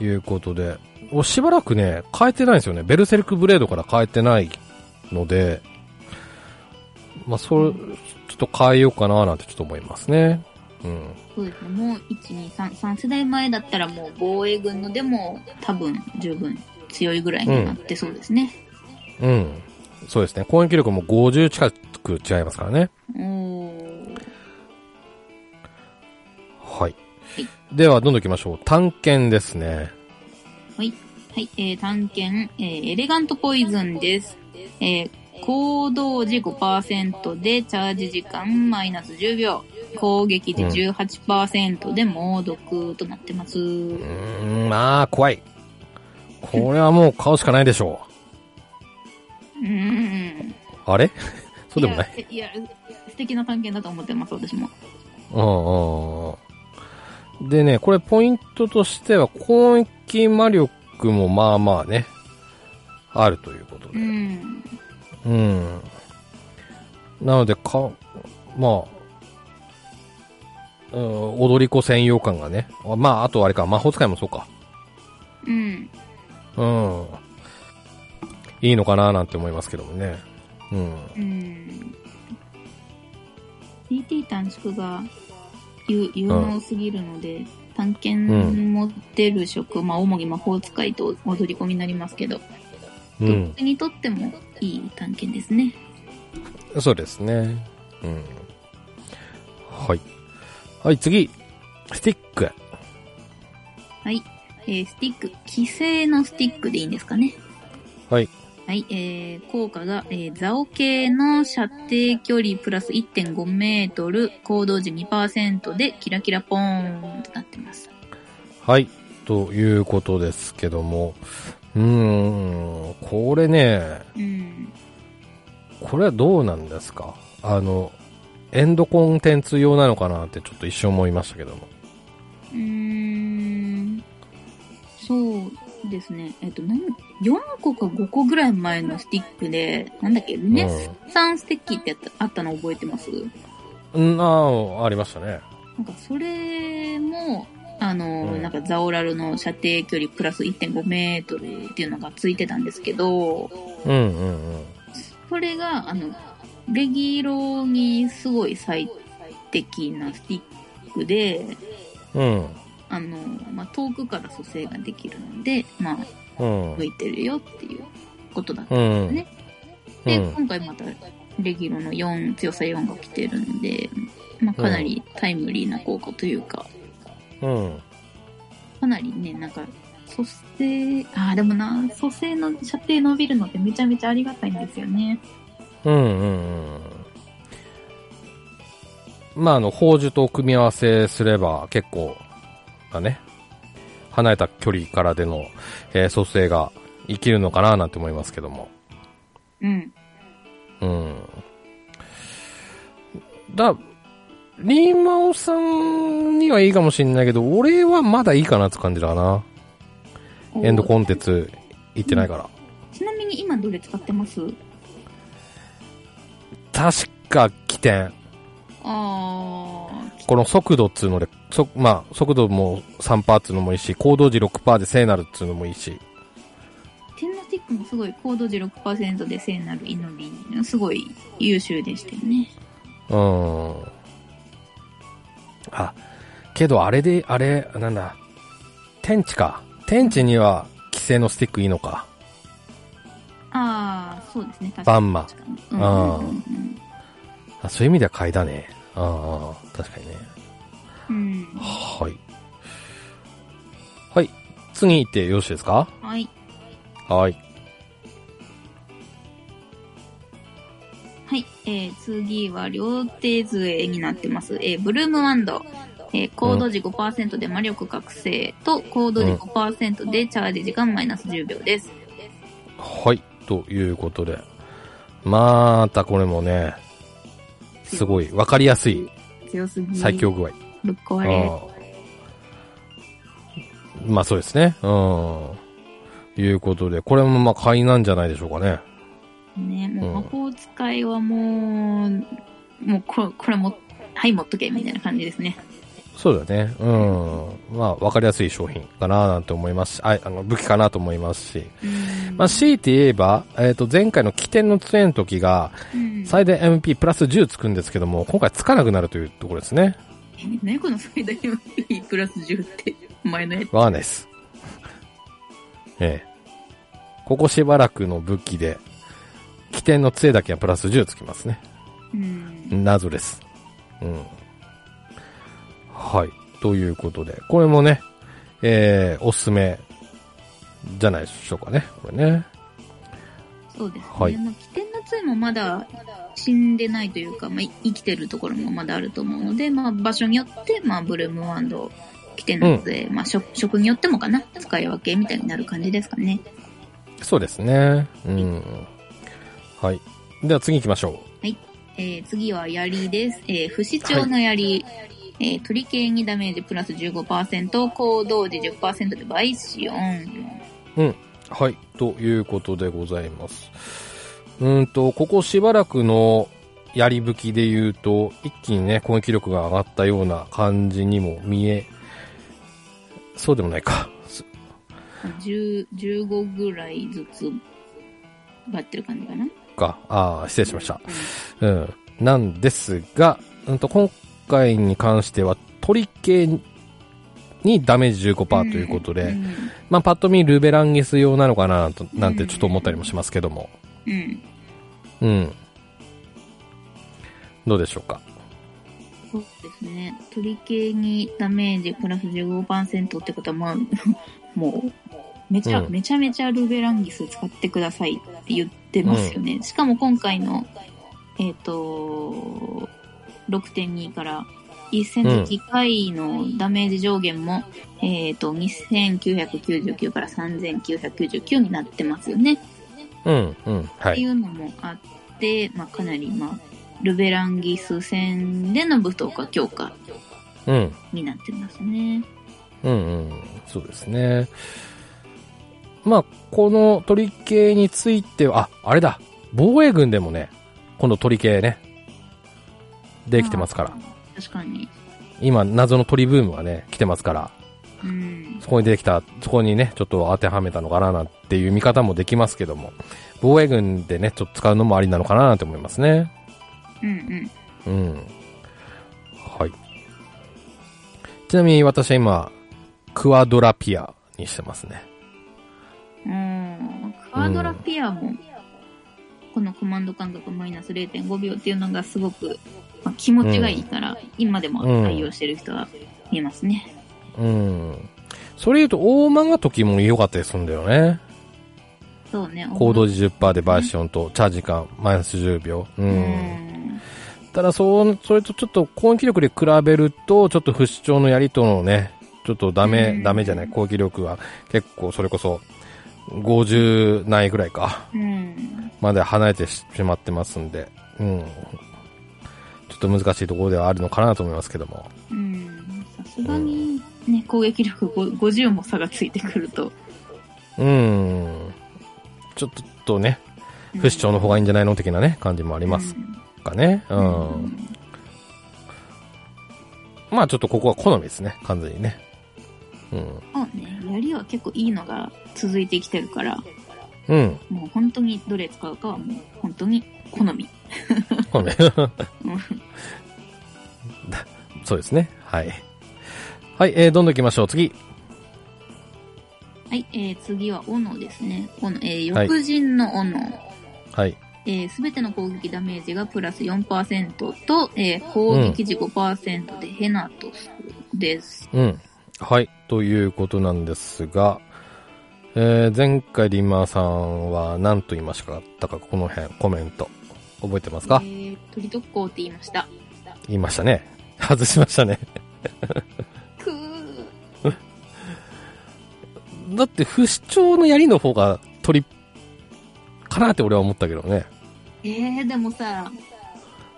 Speaker 1: いうことで、おしばらくね、変えてないんですよね。ベルセルクブレードから変えてないので、まあ、それ、ちょっと変えようかななんてちょっと思いますね。うん。
Speaker 3: そうですね。もう、1、2、3、3世代前だったらもう防衛軍のでも多分十分強いぐらいになってそうですね。
Speaker 1: うん。そうですね。攻撃力も50近く違いますからね。
Speaker 3: おー
Speaker 1: はい。
Speaker 3: はい
Speaker 1: では、どんどん行きましょう。探検ですね。
Speaker 3: はい。はい。えー、探検、えーエレガントポイズンです。えー、行動時5%でチャージ時間マイナス10秒。攻撃で18%で猛毒となってます。
Speaker 1: うーん、まあ、怖い。これはもう買うしかないでしょ
Speaker 3: うん。
Speaker 1: う。あれ そうでもない。
Speaker 3: いや。いや、素敵な探検だと思ってます、私も。
Speaker 1: うんうんうん。でね、これポイントとしては、攻撃魔力もまあまあね、あるということ
Speaker 3: う
Speaker 1: で。
Speaker 3: ん。
Speaker 1: うん。なので、か、まあ、うん、踊り子専用感がね。あまあ、あとあれか、魔法使いもそうか。
Speaker 3: うん。
Speaker 1: うん。いいのかななんて思いますけどもね。うん。
Speaker 3: うん。DT 短縮が有有能すぎるので、探検持ってる職、まあ主に魔法使いと踊り込みになりますけど、
Speaker 1: う
Speaker 3: ど
Speaker 1: ん
Speaker 3: っ。ちにとってもいい探検ですね。
Speaker 1: そうですね。うん。はい。はい、次。スティック。
Speaker 3: はい。えー、スティック、規制のスティックでいいんですかね。
Speaker 1: はい。
Speaker 3: はい、えー、効果が、えー、ザオ系の射程距離プラス1.5メートル、行動時2%でキラキラポーンとなってます。
Speaker 1: はい。ということですけども。うーん。これね、
Speaker 3: うん。
Speaker 1: これはどうなんですかあの、エンドコンテンツ用なのかなってちょっと一瞬思いましたけども。
Speaker 3: うーんそうですね。えっと、なん4個か5個ぐらい前のスティックで、なんだっけ、ルネッサンステッキってやったあったの覚えてます
Speaker 1: うん、ああ、ありましたね。
Speaker 3: なんか、それも、あの、
Speaker 1: うん
Speaker 3: なんか、ザオラルの射程距離プラス1.5メートルっていうのがついてたんですけど、
Speaker 1: うんうんうん。
Speaker 3: これが、あの、レギーロにすごい最適なスティックで、
Speaker 1: うん。
Speaker 3: あの、まあ、遠くから蘇生ができるので、まあ、
Speaker 1: うん。
Speaker 3: 向いてるよっていうことだった
Speaker 1: う。ん。
Speaker 3: ね
Speaker 1: う
Speaker 3: で、
Speaker 1: ん。
Speaker 3: 今回またレギュロの4、強さ4が来てるんで、まあ、かなりタイムリーな効果というか、
Speaker 1: うん。
Speaker 3: かなりね、なんか、蘇生、ああ、でもな、蘇生の射程伸びるのってめちゃめちゃありがたいんですよね。
Speaker 1: うんうんうん。まあ、あの、宝珠と組み合わせすれば結構、だね。離れた距離からでの、えー、蘇生が生きるのかななんて思いますけども。
Speaker 3: うん。
Speaker 1: うん。だ、リーマオさんにはいいかもしんないけど、俺はまだいいかなって感じだな。エンドコンテンツ行ってないから。
Speaker 3: ちなみに今どれ使ってます
Speaker 1: 確か起点。
Speaker 3: ああ、
Speaker 1: この速度っつうので、そ、まあ、速度も3%っつうのもいいし、行動時6%で聖なるっつうのもいいし。
Speaker 3: 天のスティックもすごい高度時6%で聖なる祈り、すごい優秀でしたよね。
Speaker 1: うーん。あ、けどあれで、あれ、なんだ。天地か。天地には、規制のスティックいいのか。
Speaker 3: ああ、そうですね、確
Speaker 1: バ
Speaker 3: かに。
Speaker 1: ンマ。
Speaker 3: 確かに。うんうんうんうん
Speaker 1: あそういう意味では買いだね。ああ、確かにね。
Speaker 3: うん。
Speaker 1: はい。はい。次行ってよろしいですか
Speaker 3: はい。
Speaker 1: はい。
Speaker 3: はい。えー、次は両手杖になってます。えー、ブルームワンド。えー、高度時5%で魔力覚醒と、高度時5%でチャージ時間マイナス10秒です。
Speaker 1: はい。ということで。またこれもね、すごい、わかりやすい
Speaker 3: 強すぎ。
Speaker 1: 最強。具合。
Speaker 3: ぶっ壊
Speaker 1: あ
Speaker 3: れ。
Speaker 1: ーまあそうですね。うん。いうことで、これもまあ買いなんじゃないでしょうかね。
Speaker 3: ね、も
Speaker 1: うん
Speaker 3: う魔法使いはもう、もうこれ、これも、はい、持っとけ、みたいな感じですね。
Speaker 1: そうだね。うん。まあ、わかりやすい商品かななんて思いますし、ああの武器かなと思いますし。
Speaker 3: うん
Speaker 1: まあ、強いて言えば、えっ、と、前回の起点の杖の時が、
Speaker 3: うん
Speaker 1: 最大 MP プラス10つくんですけども、今回つかなくなるというところですね。
Speaker 3: ね、この最大 MP プラス10って、前のやつ。
Speaker 1: わかんないです。 ええ。ここしばらくの武器で、起点の杖だけはプラス10つきますね。
Speaker 3: うん。
Speaker 1: 謎です。うん。はい。ということで、これもね、えー、おすすめ、じゃないでしょうかね。これね。
Speaker 3: そうですね。
Speaker 1: はい
Speaker 3: まあ、起点の杖もまだ死んでないというか、まあ、い生きてるところもまだあると思うので、まあ、場所によって、まあ、ブルームワンド、起点の杖、まあ職、職によってもかな、使い分けみたいになる感じですかね。
Speaker 1: そうですね。うん。はい。では次行きましょ
Speaker 3: えー次は槍です。えー不死鳥の槍。えー鳥系にダメージプラス15%、行動時10%で倍使用。
Speaker 1: う。はい。ということでございます。うーんと、ここしばらくの槍吹きで言うと、一気にね、攻撃力が上がったような感じにも見え、そうでもないか。す
Speaker 3: 10 15ぐらいずつ、ばってる感じかな。
Speaker 1: か。ああ、失礼しました。うん。なんですが、うんと、今回に関しては、鳥系にダメージ
Speaker 3: パ
Speaker 1: 15%ということで、
Speaker 3: うん。
Speaker 1: まあ、パッと見ルベランゲス用なのかな、となんてちょっと思ったりもしますけども。
Speaker 3: うん
Speaker 1: うん。どうでしょうか。
Speaker 3: そうですね。鳥系にダメージプラス15%ってことは、まあ、もう、めちゃ、
Speaker 1: うん
Speaker 3: めちゃめちゃルベランギス使ってくださいって言ってますよね。しかも今回の、えっ、と、6.2から1戦時機回のダメージ上限も、えっ、と、2999から3999になってますよね。
Speaker 1: うん、うん、は
Speaker 3: ってい
Speaker 1: い。
Speaker 3: うのもあって、まあ、かなり、まあ、ルベランギス戦での武闘化強化
Speaker 1: うん、
Speaker 3: になってますね。
Speaker 1: うん、うん、そうですね。まあ、この鳥系については、あ、あれだ、防衛軍でもね、この鳥系ね、できてますから
Speaker 3: あ。ー。確かに。
Speaker 1: 今、謎の鳥ブームがね、来てますから、
Speaker 3: うん。
Speaker 1: そこに出てきた、そこにね、ちょっと当てはめたのかななんていう見方もできますけども、防衛軍でね、ちょっと使うのもありなのかななんて思いますね。
Speaker 3: うんうん。
Speaker 1: うん。はい。ちなみに私は今、クワドラピアにしてますね。
Speaker 3: うーんクワドラピアも、このコマンド間隔マイナス0.5秒っていうのがすごく、まあ、気持ちがいいから、今でも対応してる人は見えますね。
Speaker 1: うん。それ言うと、大間が時も良かったりするんだよね。
Speaker 3: そうね。
Speaker 1: 行動時10%でバイシオンと、チャージ時間マイナス10秒。う。
Speaker 3: うんん。
Speaker 1: ただ、そう、それとちょっと攻撃力で比べると、ちょっと不死鳥のやりとのね、ちょっとダメ、
Speaker 3: うん
Speaker 1: ダメじゃない、攻撃力は結構それこそ、50ないぐらいか、
Speaker 3: うん。
Speaker 1: まで離れてしまってますんで、うん。ちょっと難しいところではあるのかなと思いますけども。
Speaker 3: うん。さすがに、ね、攻撃力5 50も差がついてくると。
Speaker 1: うん。ちょっとね、
Speaker 3: うん
Speaker 1: 不死鳥の方がいいんじゃないの的なね、感じもありますかね。う。
Speaker 3: うんん。
Speaker 1: まあちょっとここは好みですね、完全にね。うん。
Speaker 3: そうね。槍は結構いいのが続いてきてるから、
Speaker 1: うん。
Speaker 3: もう本当にどれ使うかはもう本当に好み。
Speaker 1: 好み。
Speaker 3: うん
Speaker 1: そうですね。はい。はい、えー、どんどん行きましょう。次。
Speaker 3: はい、えー、次は斧ですね。斧、えー、
Speaker 1: はい
Speaker 3: 翼人の斧。
Speaker 1: はい。
Speaker 3: えすべての攻撃ダメージがプラス4%と、えー、砲撃時5%でヘナトスです。
Speaker 1: うん。はい。ということなんですが、えー、前回リンマーさんは何と言いましたかこの辺、コメント。覚えてますか
Speaker 3: えー、鳥特攻って言いました。
Speaker 1: 言いましたね。外しましたね。
Speaker 3: くー。
Speaker 1: だって、不死鳥の槍の方が鳥、かなって俺は思ったけどね。
Speaker 3: えー、でもさ、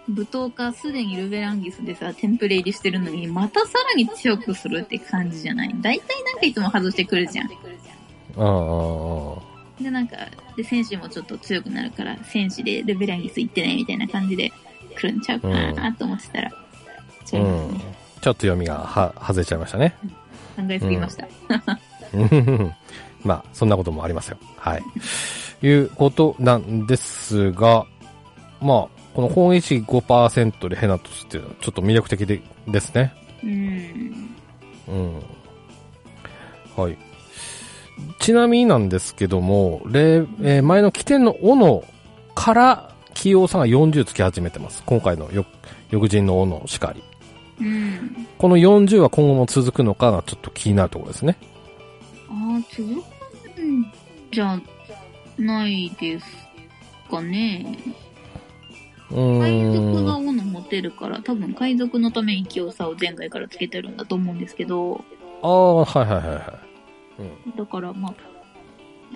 Speaker 3: 舞踏家すでにルベランギスでさ、テンプレ入りしてるのに、またさらに強くするって感じじゃない大体なんかいつも外してくるじゃん。
Speaker 1: うんうんうん。
Speaker 3: で、なんか、で、選手もちょっと強くなるから、選手でルベランギス行ってね、みたいな感じで来るんちゃうかなと思ってたら、ちょっと
Speaker 1: うん
Speaker 3: ね、
Speaker 1: ちょっと読みがは外れちゃいましたね。
Speaker 3: 考えすぎました。
Speaker 1: うんまあ、そんなこともありますよ。はい。いうことなんですが、まあ、この本意識5%でヘナトスっていうのはちょっと魅力的でですね。
Speaker 3: うん。
Speaker 1: うん。はい。ちなみになんですけども、例えー前の起点の斧から、清王さんが40つき始めてます。今回のよ翌人の王のしかり。
Speaker 3: うん。
Speaker 1: この40は今後も続くのかがちょっと気になるところですね。
Speaker 3: ああ、続くんじゃないですかね。
Speaker 1: うーん。
Speaker 3: 海賊が斧持てるから、多分海賊のために清さを前回からつけてるんだと思うんですけど、
Speaker 1: ああ、はいはいはいはい。うん。
Speaker 3: だからまあ、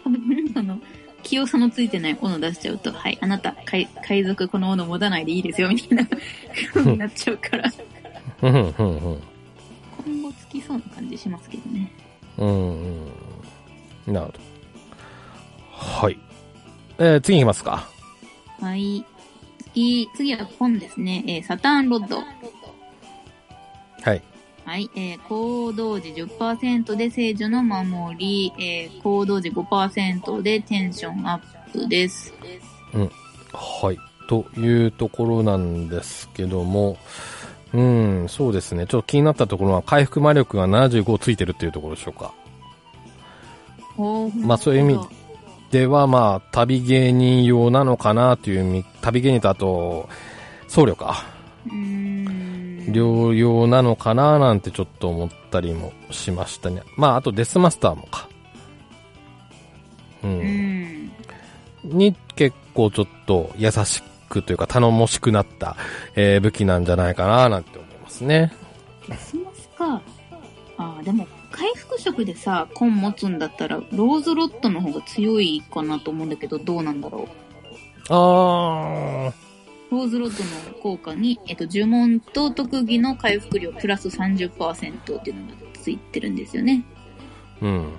Speaker 3: 多分あの、清さのついてない斧出しちゃうと、はい、あなた、海海賊この斧持たないでいいですよ、みたいな風になっちゃうから、
Speaker 1: うんうん
Speaker 3: 今後つきそうな感じしますけどね。
Speaker 1: うんうんうんなるほどはいえー、次いきますか
Speaker 3: はい。次、次は本ですね。えーサターンロッド。
Speaker 1: はい
Speaker 3: はい。えー行動時10%で聖女の守り、えー行動時5%でテンションアップです。
Speaker 1: はいというところなんですけどもうんそうですねちょっと気になったところは回復魔力が75ついてるっていうところでしょうか
Speaker 3: おー
Speaker 1: まあそういう意味ではまあ旅芸人用なのかなという意味旅芸人とあと僧侶か
Speaker 3: うーん。
Speaker 1: 療養なのかななんてちょっと思ったりもしましたね。まあ、あとデスマスターもか。う。
Speaker 3: うんん。
Speaker 1: に結構ちょっと優しくというか頼もしくなった、えー武器なんじゃないかななんて思いますね。
Speaker 3: デスマスか。ああ、でも、回復色でさ、コン持つんだったら、ローズロッドの方が強いかなと思うんだけど、どうなんだろう。
Speaker 1: あ
Speaker 3: ローズロッドの効果に、えっと、呪文と特技の回復量プラス30%っていうのがついてるんですよね。
Speaker 1: ー。うん。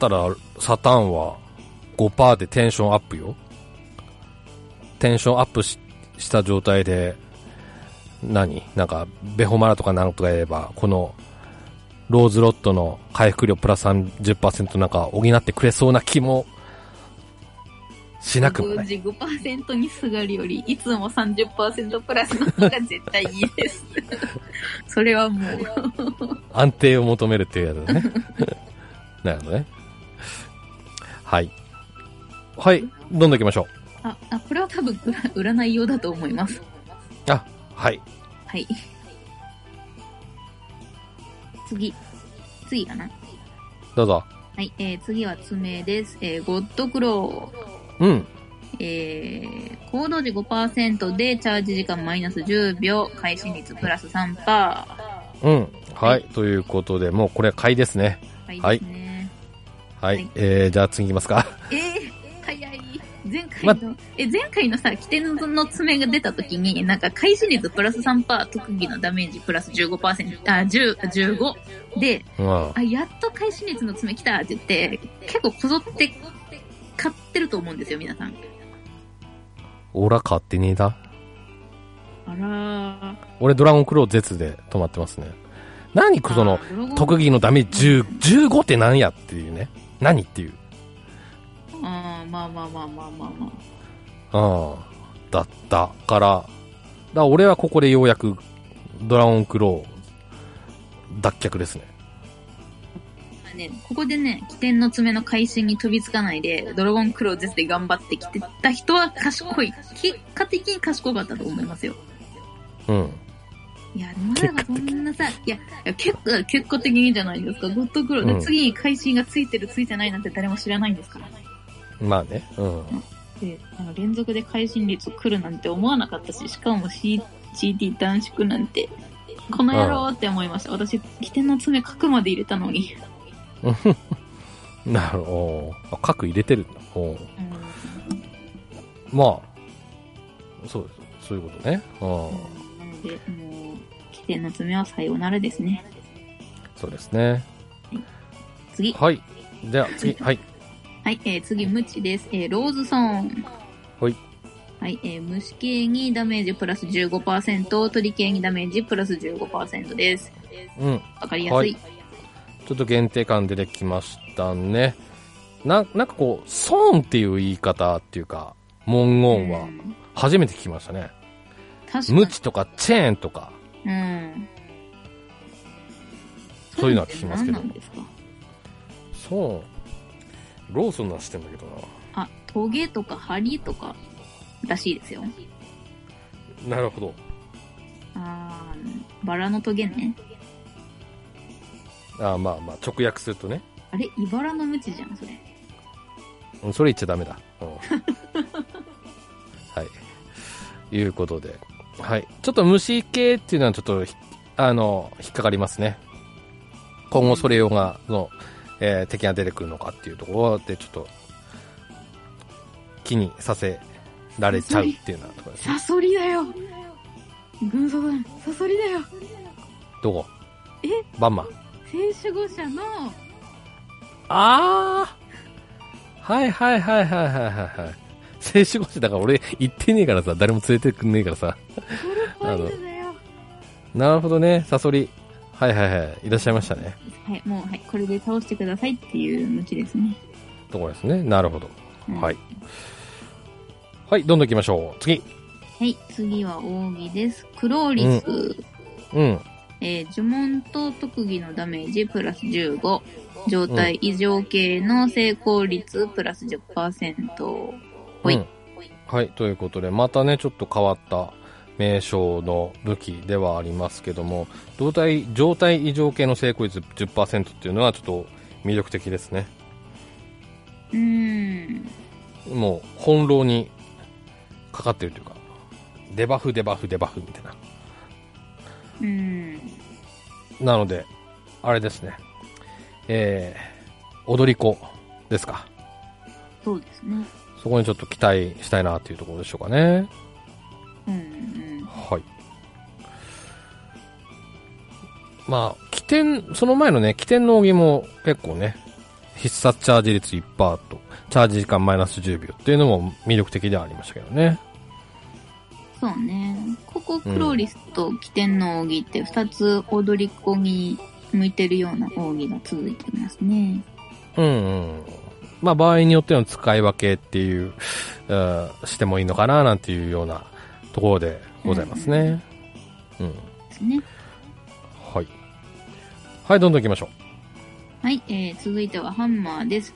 Speaker 1: ただ、サタンは5%でテンションアップよ。テンションアップしした状態で、何なんか、ベホマラとかなんとか言えば、この、ローズロットの回復量プラス30%なんか補ってくれそうな気も、しなくもない。
Speaker 3: 時5%にすがるより、いつも30%プラスの方が絶対いいです。それはもう、
Speaker 1: 安定を求めるっていうやつだね。 なるほどね。はい。はい、どんどん行きましょ
Speaker 3: あ、あ、これは多分、占占い用だと思います。
Speaker 1: う。あ、はい。
Speaker 3: はい。次。次かな
Speaker 1: どうぞ。
Speaker 3: はい、えー、次は爪です。えー、ゴッドクロー。
Speaker 1: うん。
Speaker 3: えー、行動時5%でチャージ時間マイナス10秒、開始率プラス3%パ
Speaker 1: うん。はい。ということで、もうこれ買いですね。
Speaker 3: ー。はいですね。
Speaker 1: はい。
Speaker 3: はい
Speaker 1: えー、じゃあ次行きますか。
Speaker 3: えー、早い。前回の、え、前回のさ、起点の爪が出た時に、なんか、開始率プラス3%パー、特技のダメージプラス15%、あ、10、15で、
Speaker 1: うん。
Speaker 3: あ、やっと開始熱の爪来たって言って、結構こぞって買ってると思うんですよ、皆さん。
Speaker 1: オラ買ってねえだ。
Speaker 3: あらー。
Speaker 1: 俺ドラゴンクロー絶で止まってますね。何その、特技のダメージ10 15って何やっていうね。何っていう。
Speaker 3: あーまあまあまあまあまあま
Speaker 1: う
Speaker 3: あ。
Speaker 1: ん。だったから、だから俺はここでようやくドラゴンクロー脱却ですね。
Speaker 3: まあね、ここでね、起点の爪の会心に飛びつかないで、ドラゴンクローゼスで頑張ってきてた人は賢い。結果的に賢かったと思いますよ。
Speaker 1: うん。
Speaker 3: いや、まだそんなさ、いや、いや結構、結果的にじゃないですか。ゴッドクローで、
Speaker 1: うん
Speaker 3: 次に会心がついてるついてないなんて誰も知らないんですから。
Speaker 1: まあね。うん。
Speaker 3: で、あの連続で会心率来るなんて思わなかったし、しかも C- CT 短縮なんて、この野郎って思いました。私、起点の爪角まで入れたのに。
Speaker 1: なるほど。あ、核入れてるんだ。おうまあ、そうです。そういうことね。うん。
Speaker 3: なので、もう、起点の爪はさようならですね。
Speaker 1: そうですね。
Speaker 3: 次。は
Speaker 1: はい。では、次。はい。
Speaker 3: い、えー次、ムチです。えーローズソーン。
Speaker 1: はい。
Speaker 3: はい、えー虫系にダメージプラス15%、鳥系にダメージプラス15%です。
Speaker 1: うん。
Speaker 3: わかりやすい。
Speaker 1: はいちょっと限定感出てきましたね。な、なんかこう、ソーンっていう言い方っていうか、文言
Speaker 3: う
Speaker 1: は
Speaker 3: ん
Speaker 1: 初めて聞きましたね。
Speaker 3: 確かに。
Speaker 1: 無知とかチェーンとか。
Speaker 3: うん。
Speaker 1: そういうのは聞きますけど
Speaker 3: 何なんですか
Speaker 1: ソーン。ローソンなしてんだけどな。
Speaker 3: あ、トゲとかハリとか、らしいですよ。
Speaker 1: なるほど。
Speaker 3: あー、バラのトゲね。
Speaker 1: ああまあまあ、直訳するとね。
Speaker 3: あれ、イバラのムチじゃん、それ。
Speaker 1: うん、それ言っちゃダメだ。 うん、はい。いうことで。はい。ちょっと虫系っていうのはちょっとひ、あの、引っかかりますね。今後それ用が、の、えー敵が出てくるのかっていうところで、ちょっと、気にさせられちゃうっていうようなところですね。
Speaker 3: サソリだよ軍曹さん、サソリだよ
Speaker 1: どこ
Speaker 3: え
Speaker 1: バンマン。
Speaker 3: 聖守護者の、
Speaker 1: あーはいはいはいはいはいはいはい。聖守護士だから俺行ってねえからさ、誰も連れてくんねえからさ。
Speaker 3: トルファイルだよ
Speaker 1: なるほどね、サソリ。はいはいはい。いらっしゃいましたね。
Speaker 3: はい、もう、はい、これで倒してくださいっていうムチですね。
Speaker 1: ところですね。なるほど。
Speaker 3: うん
Speaker 1: はい。はい、どんどん行きましょう。次。
Speaker 3: はい、次は奥義です。クローリス。
Speaker 1: うん。
Speaker 3: えー呪文と特技のダメージプラス15。状態異常系の成功率プラス10%。ほい
Speaker 1: うんはい、ということで、またね、ちょっと変わった名称の武器ではありますけども、動体、状態異常系の成功率10%っていうのはちょっと魅力的ですね。
Speaker 3: うーん。
Speaker 1: もう翻弄にかかってるというか、デバフ、デバフ、デバフみたいな。
Speaker 3: うーん。
Speaker 1: なので、あれですね。えー、踊り子ですか。
Speaker 3: そうですね。
Speaker 1: そこにちょっと期待したいなっていうところでしょうかね。
Speaker 3: うんうん。
Speaker 1: はい。まあ、起点、その前のね、起点の扇も結構ね、必殺チャージ率1%と、チャージ時間マイナス10秒っていうのも魅力的ではありましたけどね。
Speaker 3: そうね。ここ、クローリスと起点の奥義って2つ踊り子に向いてるような奥義が続いてますね。
Speaker 1: うんうん。まあ、場合によっての使い分けっていう、うんしてもいいのかな、なんていうようなところでございますね。うん。
Speaker 3: ですね。
Speaker 1: はい。はい、どんどん行きましょ
Speaker 3: はい、えー、続いてはハンマーです。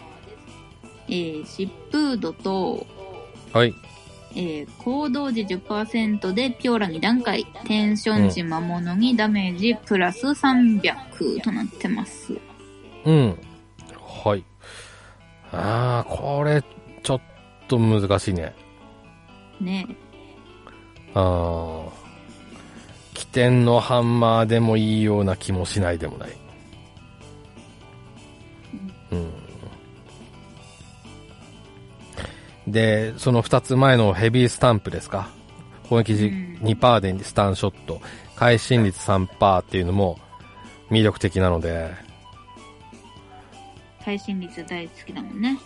Speaker 3: えー、疾風度と、
Speaker 1: う。はい。
Speaker 3: えー行動時10%でピオラ2段階、テンション時魔物にダメージプラス300となってます。
Speaker 1: うん。はい。ああ、これ、ちょっと難しいね。
Speaker 3: ね。
Speaker 1: ああ。起点のハンマーでもいいような気もしないでもない。うん。で、その2つ前のヘビースタンプですか。攻撃時
Speaker 3: うん
Speaker 1: 2%でスタンショット、会心率3%っていうのも魅力的なので、
Speaker 3: 耐震率大好きだもんね。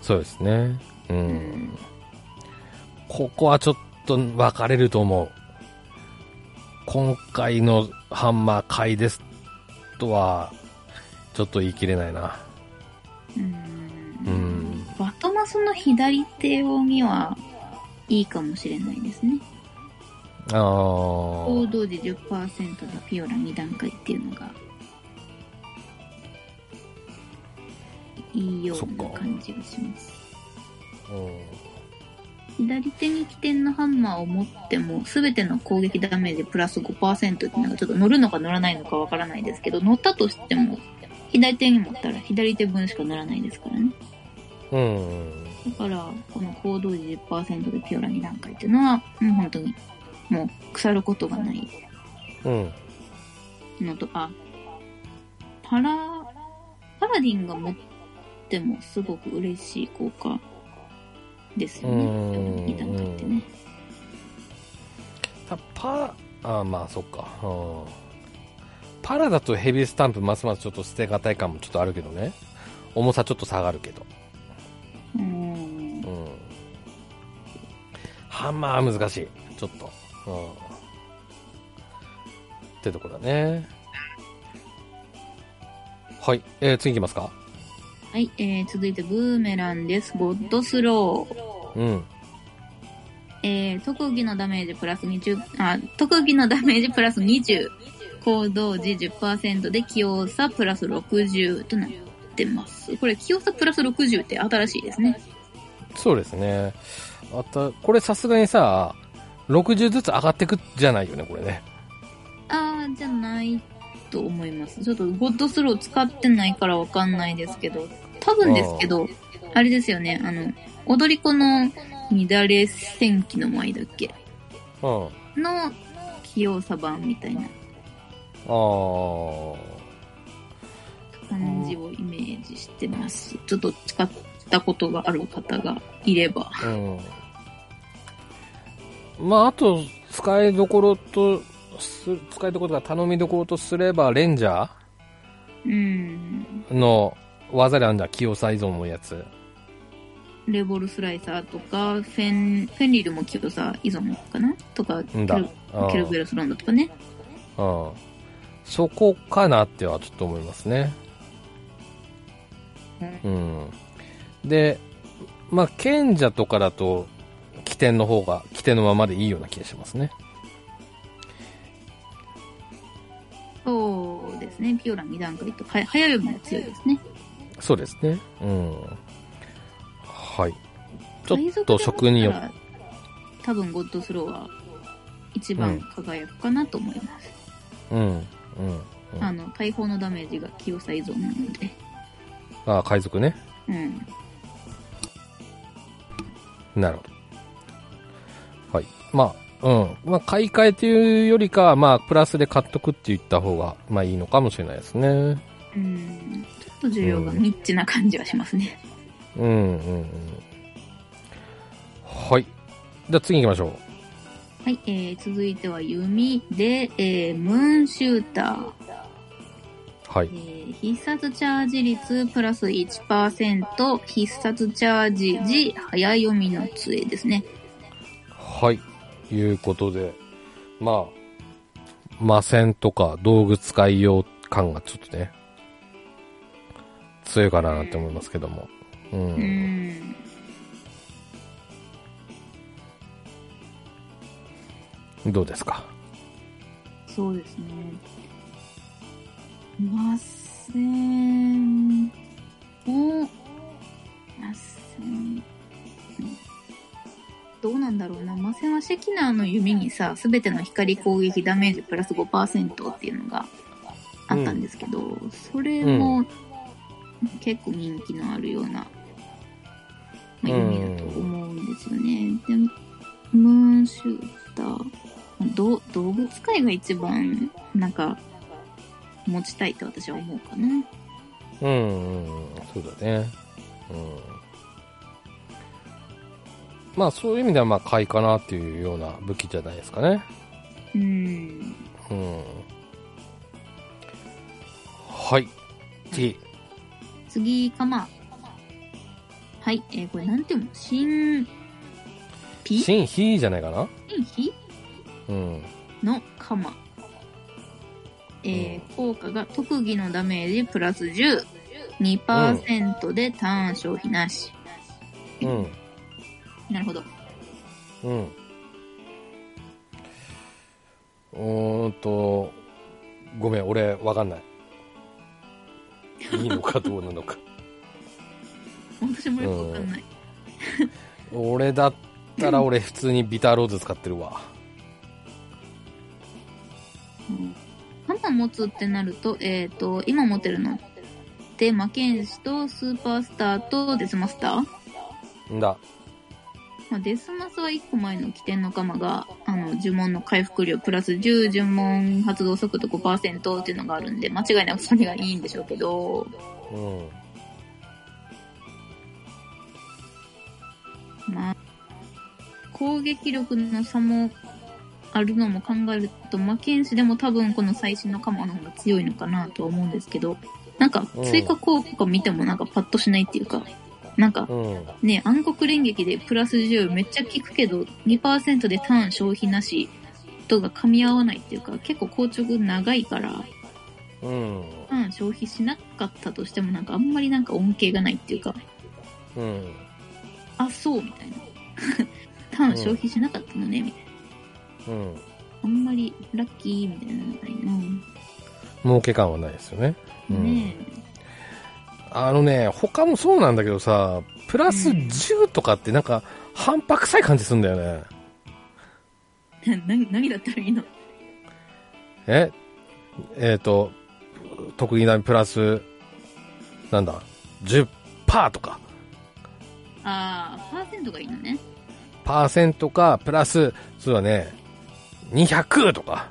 Speaker 1: そうですね。うん。ここはちょっと分かれると思う。今回のハンマー買いですとは、ちょっと言い切れないな。
Speaker 3: うー。
Speaker 1: うんん。
Speaker 3: バトマスの左手をにはいいかもしれないですね。
Speaker 1: ああ。
Speaker 3: 行動時10%でピオラ2段階っていうのが、いいような感じがします。
Speaker 1: うん
Speaker 3: 左手に起点のハンマーを持っても、すべての攻撃ダメージプラス5%っていうのがちょっと乗るのか乗らないのかわからないですけど、乗ったとしても、左手に持ったら左手分しか乗らないですからね。
Speaker 1: うん。
Speaker 3: だから、この行動時10%でピオラ2段階っていうのは、もう本当に、もう腐ることがない
Speaker 1: うん。
Speaker 3: のと、あ、パラ、パラディンが持ってもすごく嬉しい効果ですよね。
Speaker 1: うん
Speaker 3: 2段階ってね。
Speaker 1: たパラ、あまあそっか。うんパラだとヘビースタンプますますちょっと捨てがたい感もちょっとあるけどね。重さちょっと下がるけど。
Speaker 3: うん
Speaker 1: うん。ハンマーは難しい。ちょっと。うん。ってとこだね。はい。えー、次行きますか。
Speaker 3: はい、えー、続いてブーメランです。ゴッドスロー。
Speaker 1: うん。
Speaker 3: えー、特技のダメージプラス20、あ、特技のダメージプラス20。行動時10%で器用さプラス60となってます。これ、器用さプラス60って新しいですね。
Speaker 1: そうですね。あと、これさすがにさ、60ずつ上がってくじゃないよね、これね。
Speaker 3: あー、じゃないと思います。ちょっとゴッドスロー使ってないからわかんないですけど、多分ですけど、あれですよね、あの、踊り子の乱れ戦記の前だっけ
Speaker 1: うん。あ
Speaker 3: の器用さ版みたいな
Speaker 1: ー。
Speaker 3: 感じをイメージしてます。ちょっと使ったことがある方がいれば。
Speaker 1: うん。まあ、あと、使いどころとす、使いどころが頼みどころとすれば、レンジャ
Speaker 3: うん。
Speaker 1: ーの技であるんだ、器用さ依存のやつ。
Speaker 3: レボルスライサーとか、フェン、フェンリルも器用さ依存かなとか、
Speaker 1: んだ。
Speaker 3: ケル
Speaker 1: うん
Speaker 3: ケルベロスロンドとかね。
Speaker 1: うん。そこかなってはちょっと思いますね。うん。で、まあ、賢者とかだと、起点の方が、起点のままでいいような気がしますね。
Speaker 3: そうですね。ピオラ2段階と、は早いも強いですね。
Speaker 1: そうですね。うん。はい。ちょっと職によっ
Speaker 3: 海賊だったら多分ゴッドスローは一番輝くかなと思います。
Speaker 1: うん。うん。うん
Speaker 3: あの、大砲のダメージが器用さ依存なので。
Speaker 1: ああ、海賊ね。
Speaker 3: うん。
Speaker 1: なるほど。はい。まあ、うん。まあ、買い替えというよりかは、まあ、プラスで買っとくって言った方が、まあいいのかもしれないですね。
Speaker 3: うん。ちょっと需要がニッチな感じはしますね。
Speaker 1: うんうんうん。はい。じゃあ次行きましょ
Speaker 3: はい、えー、続いては弓で、えー、ムーンシューター。
Speaker 1: う。はい
Speaker 3: え。ー必殺チャージ率プラス1%、必殺チャージ時、早読みの杖ですね。
Speaker 1: はい。いうことで、まあ、魔線とか道具使い用感がちょっとね、強いかななんて思いますけども。う。
Speaker 3: うんん。
Speaker 1: どうですか
Speaker 3: そうですね。ませんを、ません。どうなんだろうな。魔せはシェキナーの弓にさ、すべての光攻撃ダメージプラス5%っていうのがあったんですけど、それも結構人気のあるような、まあ、弓だと思うんですよね。でも、ムーンシューター。ど道具使いが一番なんか持ちたいって私は思うかな
Speaker 1: うん、うん、そうだね。うん。まあそういう意味ではまあ買いかなっていうような武器じゃないですかね。
Speaker 3: うん
Speaker 1: うん。はい。次。
Speaker 3: 次かまはいえーこれなんていうの新ピ新
Speaker 1: 新ヒーじゃないかな
Speaker 3: ヒ
Speaker 1: うん。
Speaker 3: のかまえー効果が特技のダメージプラス102%でターン消費なし、
Speaker 1: うん。
Speaker 3: なるほど
Speaker 1: うん。うーんと、ごめん、俺、わかんない。いいのかどうなの か。
Speaker 3: 私もよくわかんない
Speaker 1: 俺だったら俺普通にビターローズ使ってるわ。
Speaker 3: 花持つってなると、えっ、と、今持ってるのって、魔剣士とスーパースターとデスマスター、
Speaker 1: んだ。
Speaker 3: まあ、デスマスは1個前の起点の鎌が、あの、呪文の回復量プラス10、呪文発動速度5%っていうのがあるんで、間違いなくそれがいいんでしょうけど、
Speaker 1: うん。
Speaker 3: まあ、攻撃力の差もあるのも考えると、魔剣士でも多分この最新の鎌の方が強いのかなとは思うんですけど、なんか
Speaker 1: うん
Speaker 3: 追加効果見てもなんかパッとしないっていうか、なんか
Speaker 1: うん。
Speaker 3: ね、暗黒連撃でプラス10めっちゃ効くけど、2%でターン消費なしとが噛み合わないっていうか、結構硬直長いから、
Speaker 1: うん。
Speaker 3: ターン消費しなかったとしてもなんかあんまりなんか恩恵がないっていうか、
Speaker 1: うん。
Speaker 3: あ、そうみたいな。 ターン消費しなかったのね、みたいな。
Speaker 1: うん。
Speaker 3: あんまりラッキーみたいなのないな。
Speaker 1: 儲け感はないですよね。うん
Speaker 3: ねえ。
Speaker 1: あのね、他もそうなんだけどさ、プラス10とかってなんか、半端臭い感じするんだよね。
Speaker 3: な何だったらいいの
Speaker 1: ええっ、と、特技なプラス、なんだ、10%とか、
Speaker 3: ああ、パーセントがいいのね。
Speaker 1: パーセントか、プラス、それはね、200とか。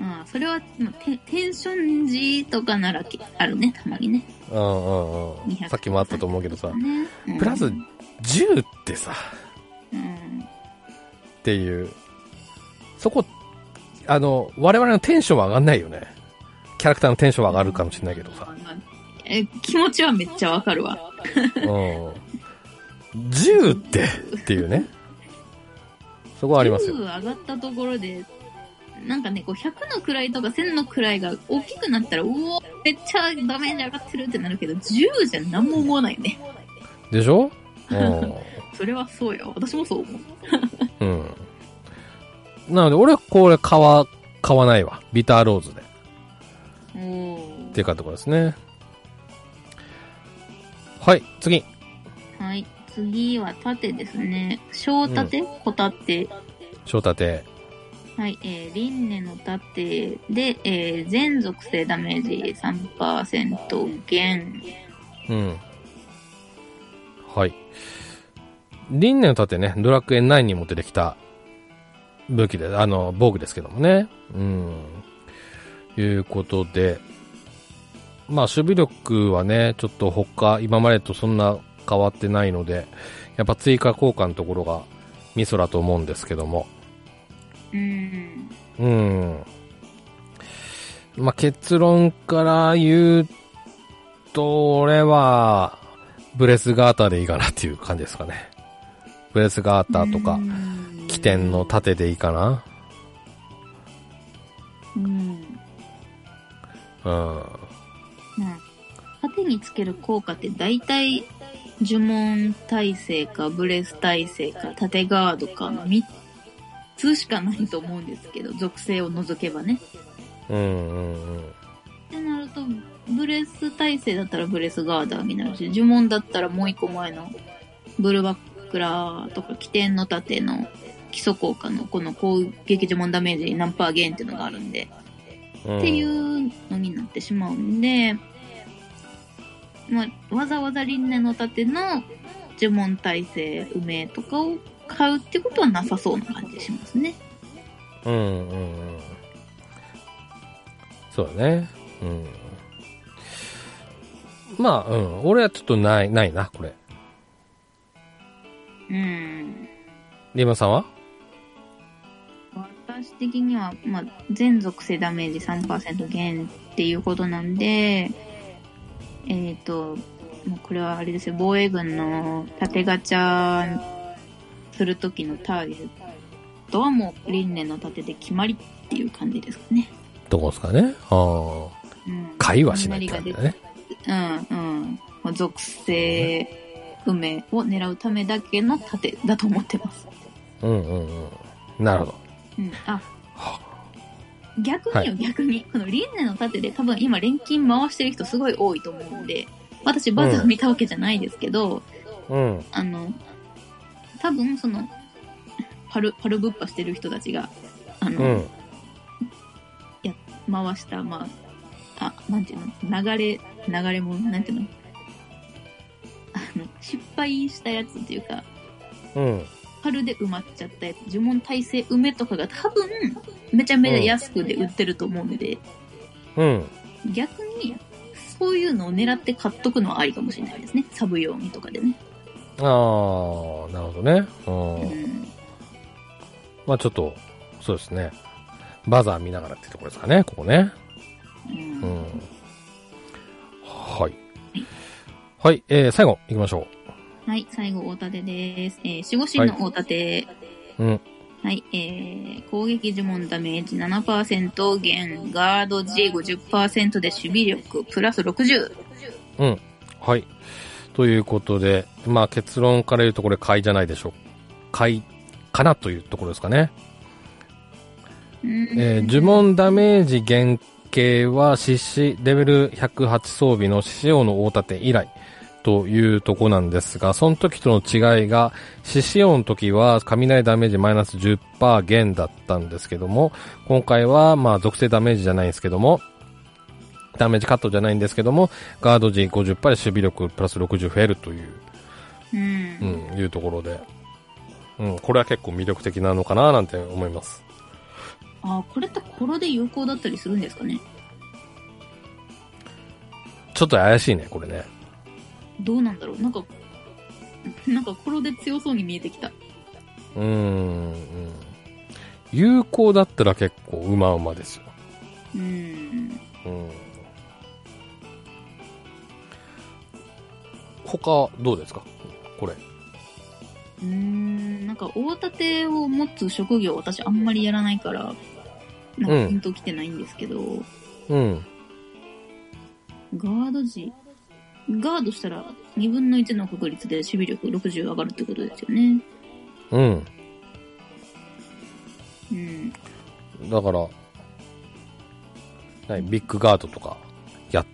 Speaker 3: ああ、それは、まあ、テテンション時とかならけあるね、たまにね。
Speaker 1: うんうんうん。
Speaker 3: 200
Speaker 1: さっきもあったと思うけどさ、
Speaker 3: ねうん
Speaker 1: プラス
Speaker 3: うん。
Speaker 1: 10ってさ、っていう。そこ、あの、我々のテンションは上がんないよね。キャラクターのテンションは上がるかもしれないけどさ。
Speaker 3: え、気持ちはめっちゃわかるわ。
Speaker 1: うん。10って、っていうね。そこはありますよ
Speaker 3: 10。上がったところで、なんかね、こう100の位とか1000の位が大きくなったら、うおめっちゃダメージ上がってるってなるけど、10じゃ何も思わないね。
Speaker 1: でしょうん。
Speaker 3: それはそうよ。私もそう思
Speaker 1: う
Speaker 3: う。
Speaker 1: ん。なので、俺はこれ買わ、買わないわ。ビターローズで。
Speaker 3: お
Speaker 1: っ
Speaker 3: ー
Speaker 1: ていうかところですね。はい、次。
Speaker 3: はい。次は盾ですね。小盾、小盾。
Speaker 1: 翔太亭。
Speaker 3: はい。えー、輪廻の盾で、えー、全属性ダメージ3%減。
Speaker 1: うん。はい。輪廻の盾ね、ドラクエ9にも出てきた武器で、あの、防具ですけどもね。うん。いうことで、まあ、守備力はね、ちょっと他、今までとそんな変わってないので、やっぱ追加効果のところがミソだと思うんですけども。
Speaker 3: うん。
Speaker 1: うん。まあ、結論から言うと、俺は、ブレスガーターでいいかなっていう感じですかね。ブレスガーターとか
Speaker 3: う、ん
Speaker 1: 起点の。盾でいいかな。
Speaker 3: うん。
Speaker 1: うん。
Speaker 3: まあ、盾につける効果って大体、呪文耐性か、ブレス耐性か、盾ガードかの3つしかないと思うんですけど、属性を除けばね。
Speaker 1: うんうんうん。
Speaker 3: ってなると、ブレス耐性だったらブレスガーダーになるし、呪文だったらもう一個前のブルバックラーとか、起点の盾の基礎効果のこの攻撃呪文ダメージ何パー減っていうのがあるんで、
Speaker 1: うん
Speaker 3: っていうのになってしまうんで、まあ、わざわざ輪廻の盾の呪文耐性梅とかを買うってことはなさそうな感じしますね。
Speaker 1: うんうんうん。そうだね。うん。まあ、うん。俺はちょっとない、ないな、これ。
Speaker 3: うん。
Speaker 1: リーマンさんは
Speaker 3: 私的には、まあ、全属性ダメージ3%減っていうことなんで、えっ、と、もうこれはあれですよ、防衛軍の盾ガチャするときのターゲットはもう輪廻の盾で決まりっていう感じですかね。
Speaker 1: どこですかねああ。
Speaker 3: うん
Speaker 1: 会話しないって感じだね。
Speaker 3: うんうん。まあ属性、梅を狙うためだけの盾だと思ってます。
Speaker 1: うんうんうん。なるほど。
Speaker 3: うん。あ
Speaker 1: は、
Speaker 3: 逆によ、逆に。この輪廻の盾で多分今錬金回してる人すごい多いと思うんで、私バズを見たわけじゃないですけど、
Speaker 1: うん。
Speaker 3: あの、多分その、パル、パルぶっぱしてる人たちが、あ
Speaker 1: う
Speaker 3: の、
Speaker 1: ん。
Speaker 3: 回した、まあ、あ、なんていうの、流れ、流れも、なんていうの、あの、失敗したやつっていうか、
Speaker 1: うん。
Speaker 3: 春で埋まっちゃったやつ、呪文耐性梅とかが多分、めちゃめちゃ安くで売ってると思うので、
Speaker 1: うん。
Speaker 3: 逆に、そういうのを狙って買っとくのはありかもしれないですね。サブ用にとかでね。
Speaker 1: ああ、なるほどね。
Speaker 3: う
Speaker 1: うん。
Speaker 3: ん。
Speaker 1: まあちょっと、そうですね。バザー見ながらってところですかね、ここね。
Speaker 3: うん
Speaker 1: うん。はい。はい、えー、最後、行きましょ
Speaker 3: はい、最後、大盾です。えー、守護神の大盾。
Speaker 1: う。うん。
Speaker 3: はい、えー、攻撃呪文ダメージ7%減、ガード G50% で守備力プラス60。
Speaker 1: はい。ということで、まあ結論から言うとこれ買いじゃないでしょう。買い、かなというところですかね。
Speaker 3: うん
Speaker 1: えー呪文ダメージ減系は獅子、レベル108装備の獅子王の大盾以来というとこなんですが、その時との違いが、獅子王の時は雷ダメージマイナス10%減だったんですけども、今回はまあ属性ダメージじゃないんですけども、ダメージカットじゃないんですけども、ガード時50%で守備力プラス60増えるという、
Speaker 3: う。
Speaker 1: うんん、いうところで、うん、これは結構魅力的なのかななんて思います。
Speaker 3: あ、これってコロで有効だったりするんですかね
Speaker 1: ちょっと怪しいね、これね。
Speaker 3: どうなんだろうなんか、なんかコロで強そうに見えてきた。
Speaker 1: うーん、うん。有効だったら結構うまうまですよ。
Speaker 3: うん。
Speaker 1: うん。他、どうですかこれ。
Speaker 3: うーん、なんか大盾を持つ職業私あんまりやらないから、なん
Speaker 1: うん
Speaker 3: かピンときてないんですけど、
Speaker 1: うん。
Speaker 3: ガード時、ガードしたら2分の1の確率で守備力60上がるってことですよね。
Speaker 1: うん。
Speaker 3: うん。
Speaker 1: だから、何ビッグガードとか、やっ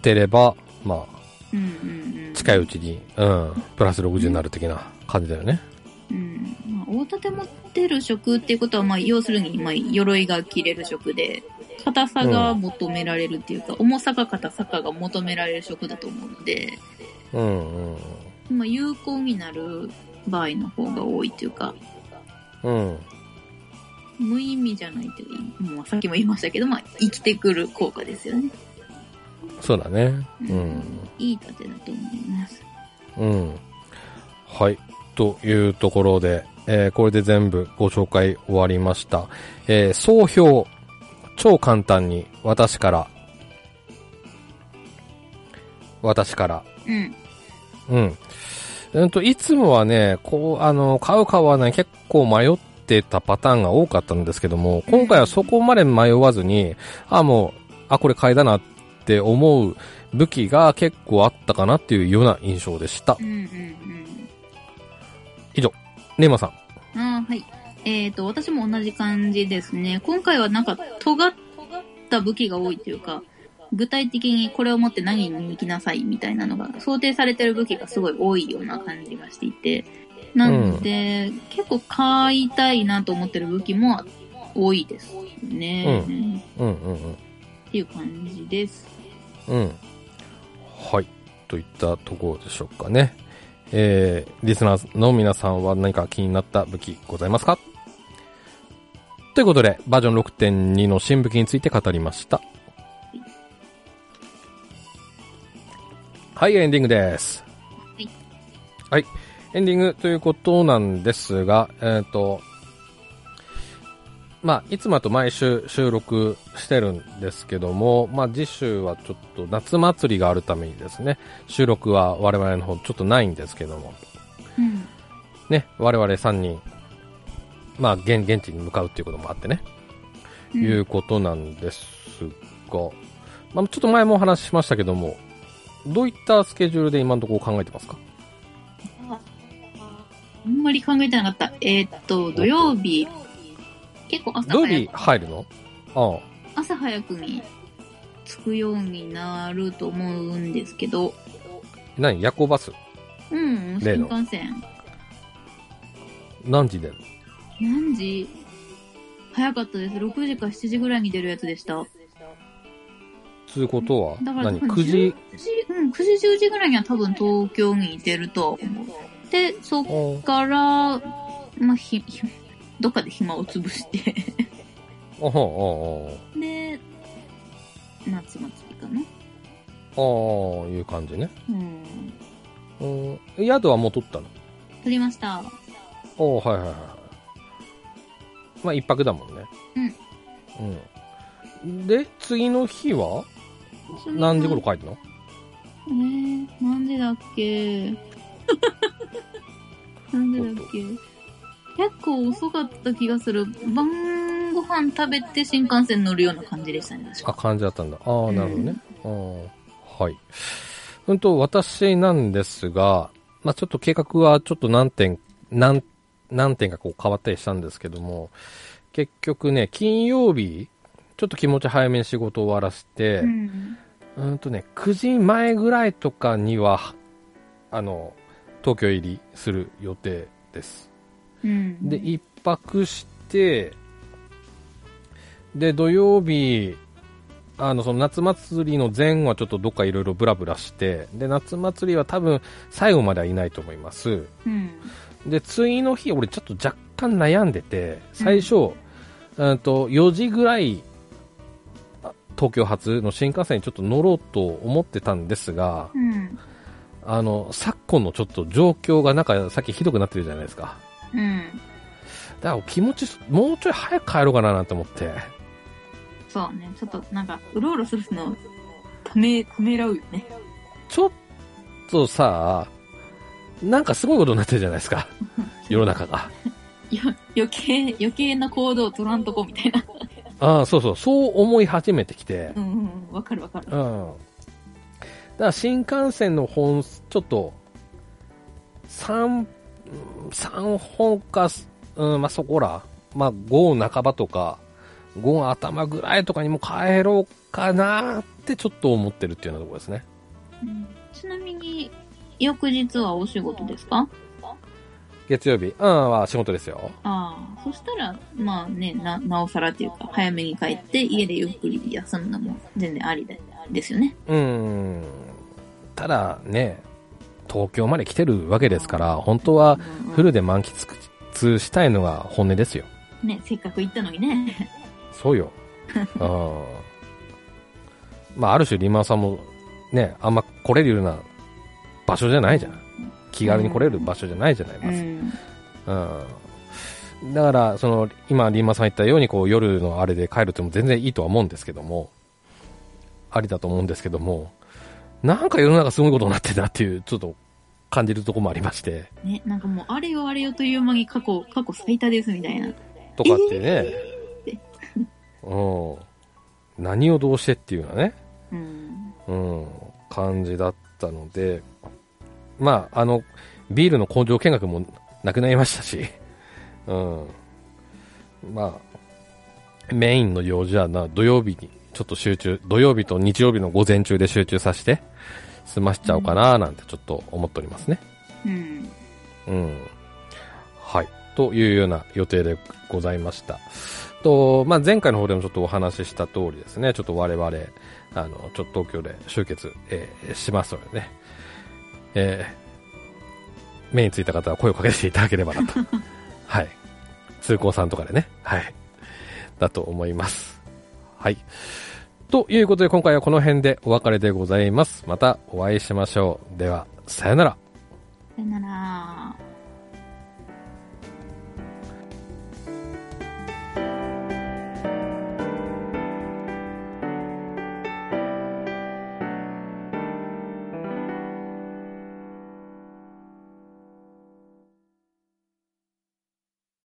Speaker 1: てれば、まあ、
Speaker 3: うんうんうん。
Speaker 1: 近いうちに、うん、プラス60になる的な感じだよね。
Speaker 3: うん。まあ、大盾持ってる職っていうことは、まあ、要するに、まあ、鎧が切れる職で、硬さが求められるっていうか、重さか硬さかが求められる職だと思うので、
Speaker 1: うん、うん、
Speaker 3: まあ、有効になる場合の方が多いというか、
Speaker 1: うん。
Speaker 3: 無意味じゃないという、もうさっきも言いましたけど、まあ、生きてくる効果ですよね。
Speaker 1: そうだね。うん。
Speaker 3: いい盾だと思います。
Speaker 1: うん。はい。というところで、えーこれで全部ご紹介終わりました。えー総評。超簡単に私から。私から。
Speaker 3: うん。
Speaker 1: うん。うんと、いつもはね、こう、あの、買う買わない結構迷ってたパターンが多かったんですけども、今回はそこまで迷わずに、あ、もう、あ、これ買いだなって思う武器が結構あったかなっていうような印象でした
Speaker 3: う。んうんうん。
Speaker 1: レイマさん。
Speaker 3: あーはい。えっ、と、私も同じ感じですね。今回はなんか、尖った武器が多いというか、具体的にこれを持って何に行きなさいみたいなのが、想定されてる武器がすごい多いような感じがしていて、なので、結構買いたいなと思ってる武器も多いですね。
Speaker 1: ううんうん
Speaker 3: っていう感じです。
Speaker 1: うん。うん。はい。といったところでしょうかね。えー、リスナーの皆さんは何か気になった武器ございますかということで、バージョン6.2の新武器について語りました。はい、エンディングです。
Speaker 3: い
Speaker 1: はい。エンディングということなんですが、えっ、と、まあ、いつもだと毎週収録してるんですけども、まあ、次週はちょっと夏祭りがあるためにですね、収録は我々の方ちょっとないんですけども、
Speaker 3: うん。
Speaker 1: ね、我々3人、まあ、現現地に向かうっていうこともあってね、
Speaker 3: うん
Speaker 1: いうことなんですが、まあ、ちょっと前もお話ししましたけども、どういったスケジュールで今のところ考えてますか
Speaker 3: あんまり考えてなかった。えっ、と、土曜日、結構朝
Speaker 1: 土曜
Speaker 3: 早く
Speaker 1: 日入るのああ。
Speaker 3: 朝早くに着くようになると思うんですけど、
Speaker 1: 何夜行バス
Speaker 3: うん、
Speaker 1: 例
Speaker 3: 新
Speaker 1: の
Speaker 3: 幹線。
Speaker 1: 何時出るの
Speaker 3: 何時早かったです。6時か7時ぐらいに出るやつでした。
Speaker 1: つうことは、
Speaker 3: だから
Speaker 1: 何
Speaker 3: 多分
Speaker 1: ?9 時
Speaker 3: うん、9時10時ぐらいには多分東京に出るとは思う。で、そっ
Speaker 1: あ
Speaker 3: から、まあ、ひ、ひどっかで暇を潰して、
Speaker 1: あ、ああ、ああ。
Speaker 3: で、夏祭りかな。
Speaker 1: ああ、いう感じね。
Speaker 3: うん。
Speaker 1: うん。宿はもう取ったの
Speaker 3: 撮りました。
Speaker 1: おおはいはいはいまあ一泊だもんねうんうんで次の日は何時頃帰るの
Speaker 3: えー、何時だっけ 何時だっけ結構遅かった気がする。晩ご飯食べて新幹線乗るような感じでしたね、確
Speaker 1: あ
Speaker 3: か。
Speaker 1: 感じだったんだああなるほどね、うん、はいうんと私なんですがまあちょっと計画はちょっと何点何何点かこう変わったりしたんですけども結局ね金曜日ちちょっと気持ち早めに仕事終わらせて、
Speaker 3: う
Speaker 1: うん、
Speaker 3: ん。
Speaker 1: とね、9時前ぐらいとかには、あの、東京入りする予定です。
Speaker 3: うん。
Speaker 1: で、一泊して、で、土曜日、あの、その夏祭りの前後はちょっとどっかいろいろブラブラして、で、夏祭りは多分最後まではいないと思います。
Speaker 3: うん。
Speaker 1: で、次の日、俺ちょっと若干悩んでて、最初、うん、と4時ぐらい、あ東京発の新幹線にちょっと乗ろうと思ってたんですが、
Speaker 3: うん。
Speaker 1: あの、昨今のちょっと状況がなんかさっきひどくなってるじゃないですか。
Speaker 3: うん。
Speaker 1: だから気持ち、もうちょい早く帰ろうかななんて思って。
Speaker 3: そうね。ちょっとなんか、うろうろするの、ため、ためらうよね。
Speaker 1: ちょっとさ、なんかすごいことになってるじゃないですか。世の中が。
Speaker 3: よ、余計、余計な行動を取らんとこみたいな。
Speaker 1: ああ、そうそう、そう思い始めてきて
Speaker 3: う。んうん。わかるわかる
Speaker 1: う。ん。だから新幹線の本、ちょっと、3、3本か、うん、まあ、そこら、まあ、5半ばとか、5頭ぐらいとかにも帰ろうかなってちょっと思ってるっていうようなところですね。
Speaker 3: うんちなみに、翌日はお仕事ですか
Speaker 1: 月曜日、うん、は仕事ですよ。
Speaker 3: ああ、そしたら、まあね、な、なおさらっていうか、早めに帰って、家でゆっくり休むのも全然ありでですよね。
Speaker 1: うーんただね、東京まで来てるわけですから、本当は
Speaker 3: うんうん
Speaker 1: フルで満喫したいのが本音ですよ。
Speaker 3: ね、せっかく行ったのにね。
Speaker 1: そう よ。うん。まあ、ある種、リマーさんもね、あんま来れるような場所じゃないじゃん。気軽に来れる場所じゃないじゃない、
Speaker 3: う
Speaker 1: まず。
Speaker 3: ん。
Speaker 1: うん。だから、その、今、リンマさん言ったように、こう、夜のあれで帰るっても全然いいとは思うんですけども、ありだと思うんですけども、なんか世の中すごいことになってたっていう、ちょっと感じるとこもありまして、
Speaker 3: ね、なんかもう、あれよあれよという間に過去、過去最多ですみたいな。
Speaker 1: とかってね、
Speaker 3: え
Speaker 1: うん。何をどうしてっていうようなね、
Speaker 3: うん。
Speaker 1: うん、感じだったので、まあ、あの、ビールの工場見学もなくなりました し、うん。まあ、メインの用事はな、土曜日にちょっと集中、土曜日と日曜日の午前中で集中させて、済ましちゃおうかな、なんてちょっと思っておりますね。
Speaker 3: うん。
Speaker 1: うん。はい。というような予定でございました。と、まあ、前回の方でもちょっとお話しした通りですね、ちょっと我々、あの、ちょっと東京で集結、えーしますのでね、えー目についた方は声をかけていただければなと。はい。通行さんとかでね、はい。だと思います。はい。ということで今回はこの辺でお別れでございます。またお会いしましょう。では、さよなら。
Speaker 3: さよなら。